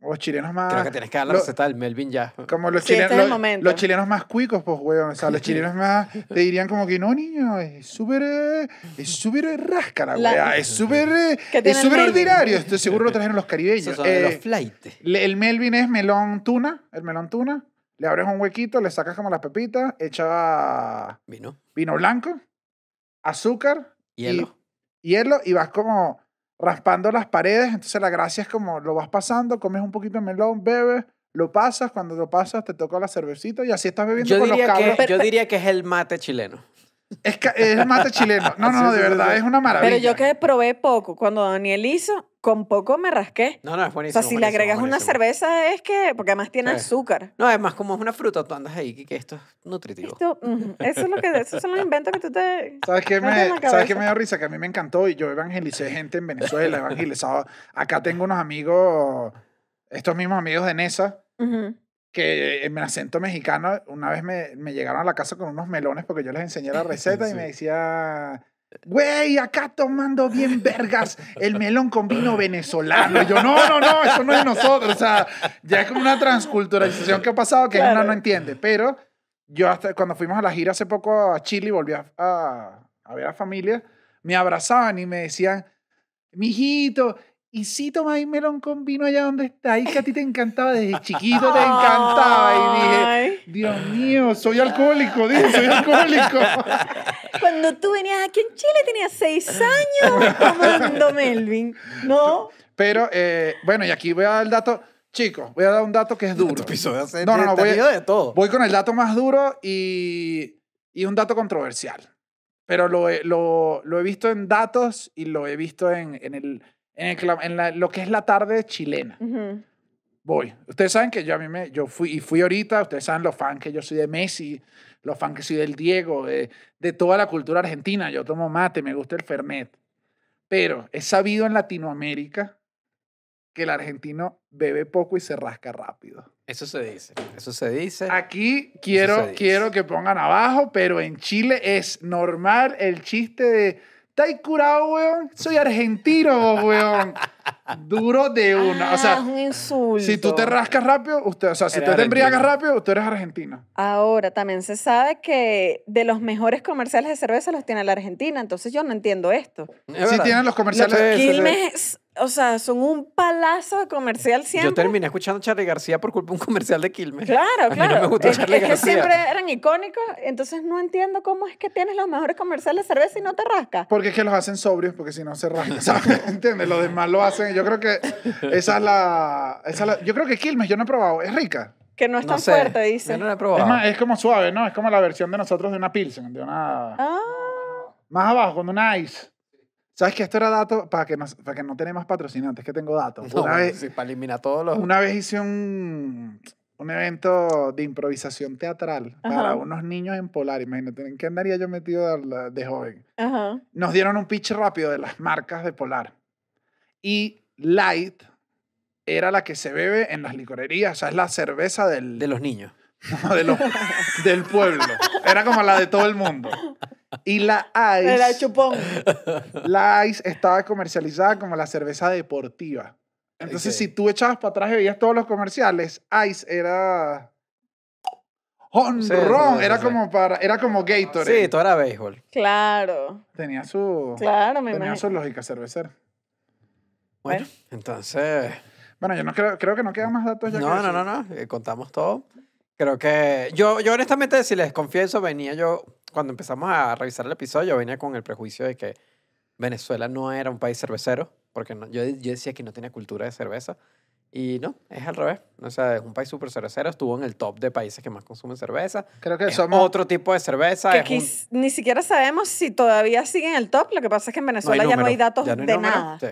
Speaker 3: los chilenos más...
Speaker 6: creo que tienes que dar la
Speaker 3: Ah, lo-
Speaker 6: receta del Melvin ya.
Speaker 3: Como los,
Speaker 5: Sí, este
Speaker 3: chilenos,
Speaker 5: es el
Speaker 3: los-
Speaker 5: momento.
Speaker 3: los chilenos más cuicos, pues, weón. O sea, los chilenos más te dirían como que no, niño, es súper, eh, es súper rasca la
Speaker 5: La-
Speaker 3: weá, es súper, eh,
Speaker 5: Que
Speaker 3: es
Speaker 5: tiene
Speaker 3: súper
Speaker 5: Melvin.
Speaker 3: ordinario. Esto seguro lo trajeron los
Speaker 6: Esos
Speaker 3: caribeños.
Speaker 6: son de
Speaker 3: Eh,
Speaker 6: los flightes.
Speaker 3: le- el Melvin es melón tuna, el melón tuna. Le abres un huequito, le sacas como las pepitas, echa
Speaker 6: Vino,
Speaker 3: vino blanco, azúcar,
Speaker 6: hielo.
Speaker 3: hielo y vas como raspando las paredes. Entonces la gracia es como lo vas pasando, comes un poquito de melón, bebes, lo pasas, cuando lo pasas te toca la cervecita y así estás bebiendo
Speaker 6: Yo
Speaker 3: con los
Speaker 6: diría,
Speaker 3: cabros.
Speaker 6: que, yo diría que es el mate chileno.
Speaker 3: Es, ca- es mate chileno. No, no, no, de verdad, es una maravilla.
Speaker 5: pero yo que probé poco, cuando Daniel hizo, con poco me rasqué.
Speaker 6: No, no, es
Speaker 5: O
Speaker 6: buenísimo.
Speaker 5: sea, si le
Speaker 6: buenísimo,
Speaker 5: agregas una
Speaker 6: buenísimo.
Speaker 5: cerveza es que, porque además tiene
Speaker 6: Sí.
Speaker 5: azúcar.
Speaker 6: No, además, como es una fruta, tú andas ahí, que- que esto es nutritivo.
Speaker 5: Esto, mm, eso es lo que, esos son los inventos que tú te...
Speaker 3: ¿Sabes qué,
Speaker 5: Me duele
Speaker 3: me,
Speaker 5: la
Speaker 3: ¿Sabes qué
Speaker 5: cabeza.
Speaker 3: me dio risa? Que a mí me encantó y yo evangelicé gente en Venezuela, evangelizado. Acá tengo unos amigos, estos mismos amigos de Nesa,
Speaker 5: Ujú.
Speaker 3: que en mi acento mexicano una vez me, me llegaron a la casa con unos melones porque yo les enseñé la receta y me decía, güey, acá tomando bien vergas el melón con vino venezolano. Y yo, no, no, no, eso no es nosotros. O sea, ya es como una transculturalización que ha pasado que
Speaker 5: Claro.
Speaker 3: uno no entiende. Pero yo hasta cuando fuimos a la gira hace poco a Chile y volví a, a- a ver a familia, me abrazaban y me decían, mijito, y si tomáis melón con vino allá donde estáis, que a ti te encantaba desde chiquito, te encantaba. Y dije,
Speaker 5: Ay.
Speaker 3: Dios mío, soy alcohólico, dije, soy alcohólico.
Speaker 5: Cuando tú venías aquí en Chile tenías seis años tomando Melvin, ¿no?
Speaker 3: Pero eh, bueno, y aquí voy a dar el dato, chicos, voy a dar un dato que es duro.
Speaker 6: episodio se-
Speaker 3: No, no, no,
Speaker 6: te
Speaker 3: voy a-
Speaker 6: digo de todo.
Speaker 3: Voy con el dato más duro y, y un dato controversial. Pero lo, he- lo, lo he visto en datos y lo he visto en, en, el, en, el cla- en la- lo que es la tarde chilena.
Speaker 5: Ujú.
Speaker 3: Voy. Ustedes saben que yo a mí me, yo fui y fui ahorita, ustedes saben los fans que yo soy de Messi, los fans que soy del Diego, de, de toda la cultura argentina. Yo tomo mate, me gusta el Fernet. Pero es sabido en Latinoamérica que el argentino bebe poco y se rasca rápido.
Speaker 6: Eso se dice. Eso se dice.
Speaker 3: Aquí quiero,
Speaker 6: dice.
Speaker 3: quiero que pongan abajo, pero en Chile es normal el chiste de ¿Estás curado, weón? Soy argentino, weón. Duro de una.
Speaker 5: Ah,
Speaker 3: o sea,
Speaker 5: es un insulto.
Speaker 3: si tú te rascas rápido, usted, o sea, si
Speaker 6: Eres
Speaker 3: tú te embriagas
Speaker 6: argentino.
Speaker 3: rápido, tú eres argentino.
Speaker 5: Ahora, también se sabe que de los mejores comerciales de cerveza los tiene la Argentina, entonces yo no entiendo esto.
Speaker 6: Es
Speaker 3: Si
Speaker 6: verdad.
Speaker 3: tienen los comerciales.
Speaker 6: Lo que- sí.
Speaker 5: Quilmes, o sea, son un palazo de comercial siempre.
Speaker 6: Yo terminé escuchando a Charlie García por culpa de un comercial de Quilmes.
Speaker 5: Claro,
Speaker 6: mí no
Speaker 5: claro.
Speaker 6: me gusta
Speaker 5: es,
Speaker 6: Charly
Speaker 5: es que
Speaker 6: García.
Speaker 5: siempre eran icónicos, entonces no entiendo cómo es que tienes los mejores comerciales de cerveza y no te rascas.
Speaker 3: Porque es que los hacen sobrios, porque si no se rascan, ¿sabes? ¿Entiendes? Los demás lo hacen. Yo creo que esa es la. esa es la- yo creo que Quilmes, yo no he probado. Es rica.
Speaker 5: Que no es tan
Speaker 6: sé.
Speaker 5: fuerte, dice.
Speaker 6: Yo no la he
Speaker 3: Es,
Speaker 6: probado.
Speaker 3: más, es como suave, ¿no? Es como la versión de nosotros de una Pilsen, de una.
Speaker 5: Ah,
Speaker 3: Más abajo, con una ice. ¿Sabes que esto era dato para que, nos- para que no tenemos más patrocinantes? Que tengo datos.
Speaker 6: No,
Speaker 3: una, vez,
Speaker 6: sí, para eliminar todos los.
Speaker 3: una vez hice un, un evento de improvisación teatral para
Speaker 5: Ajá.
Speaker 3: unos niños en Polar. Imagínate, ¿en qué andaría yo metido de, la- de joven?
Speaker 5: ajá.
Speaker 3: Nos dieron un pitch rápido de las marcas de Polar. Y Light era la que se bebe en las licorerías. O sea, es la cerveza del,
Speaker 6: De los niños.
Speaker 3: no, de los- del pueblo. Era como la de todo el mundo. Y la Ice...
Speaker 5: Era chupón.
Speaker 3: La Ice estaba comercializada como la cerveza deportiva. Entonces,
Speaker 6: Ok.
Speaker 3: si tú echabas para atrás y veías todos los comerciales, Ice era. Honrón,
Speaker 6: Sí, sí, sí,
Speaker 3: era,
Speaker 6: sí.
Speaker 3: Como para, era como Gatorade.
Speaker 6: Sí, todo era béisbol.
Speaker 5: Claro,
Speaker 3: tenía su,
Speaker 5: claro, me
Speaker 3: tenía su
Speaker 5: imagino.
Speaker 3: lógica cervecera.
Speaker 6: Bueno, entonces.
Speaker 3: Bueno, yo no creo, creo que no quedan más datos ya. que
Speaker 6: No, no,
Speaker 3: decir.
Speaker 6: no, no. eh, contamos todo. Creo que. Yo, yo honestamente, si les confieso, venía yo. Cuando empezamos a revisar el episodio, yo venía con el prejuicio de que Venezuela no era un país cervecero. Porque no- yo, yo decía que no tenía cultura de cerveza. Y no, es al revés. O sea, es un país súper cervecero. Estuvo en el top de países que más consumen cerveza.
Speaker 3: Creo que
Speaker 6: Es
Speaker 3: somos.
Speaker 6: otro tipo de cerveza.
Speaker 5: Que
Speaker 6: es un-
Speaker 5: quis- ni siquiera sabemos si todavía siguen en el top. Lo que pasa es que en
Speaker 6: no hay
Speaker 5: Venezuela ya no
Speaker 6: número,
Speaker 5: hay datos
Speaker 6: ya no hay
Speaker 5: de
Speaker 6: número,
Speaker 5: nada.
Speaker 6: sí.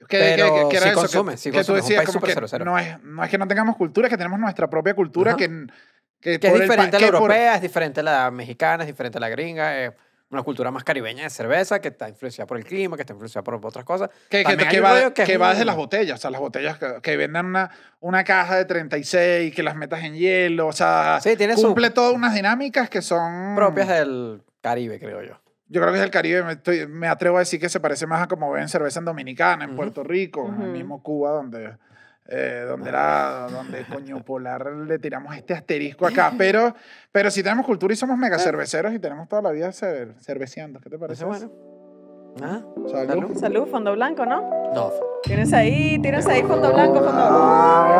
Speaker 3: que- que- que-
Speaker 6: pero
Speaker 3: que era eso,
Speaker 6: sí
Speaker 3: que-
Speaker 6: consume,
Speaker 3: que
Speaker 6: sí
Speaker 3: tú
Speaker 6: consume, es un
Speaker 3: decías
Speaker 6: país
Speaker 3: como
Speaker 6: súper
Speaker 3: que
Speaker 6: cervecero.
Speaker 3: no es, no es que no tengamos cultura, es que tenemos nuestra propia cultura
Speaker 6: Ajá.
Speaker 3: que, que,
Speaker 6: Que es
Speaker 3: por el pa-
Speaker 6: diferente a la
Speaker 3: que por-
Speaker 6: europea, es diferente a la mexicana, es diferente a la gringa, es una cultura más caribeña de cerveza que está influenciada por el clima, que está influenciada por otras cosas.
Speaker 3: Que, que,
Speaker 6: También hay
Speaker 3: que
Speaker 6: un
Speaker 3: va,
Speaker 6: rollo que es
Speaker 3: que va
Speaker 6: un-
Speaker 3: desde las botellas, o sea, las botellas que, que vendan una, una caja de 36, que las metas en hielo, o sea,
Speaker 6: Sí, tiene sus
Speaker 3: Ah, cumple todas unas dinámicas que son
Speaker 6: propias del Caribe, creo yo.
Speaker 3: Yo creo que es el Caribe, me, estoy- me atrevo a decir que se parece más a como ven cerveza en Dominicana, en
Speaker 6: Ujú.
Speaker 3: Puerto Rico, en el
Speaker 5: Ujú.
Speaker 3: mismo Cuba, donde, eh, donde era, donde coño polar le tiramos este asterisco acá, pero, pero sí tenemos cultura y somos mega
Speaker 6: Eh.
Speaker 3: cerveceros y tenemos toda la vida cer- cerveceando, ¿qué te parece?
Speaker 6: Entonces, bueno. Ah,
Speaker 3: Salud.
Speaker 6: salud. ¿Ah?
Speaker 5: Salud, fondo blanco, ¿no?
Speaker 6: No.
Speaker 5: Tírense ahí, tírense ahí, fondo blanco, fondo
Speaker 3: Ah,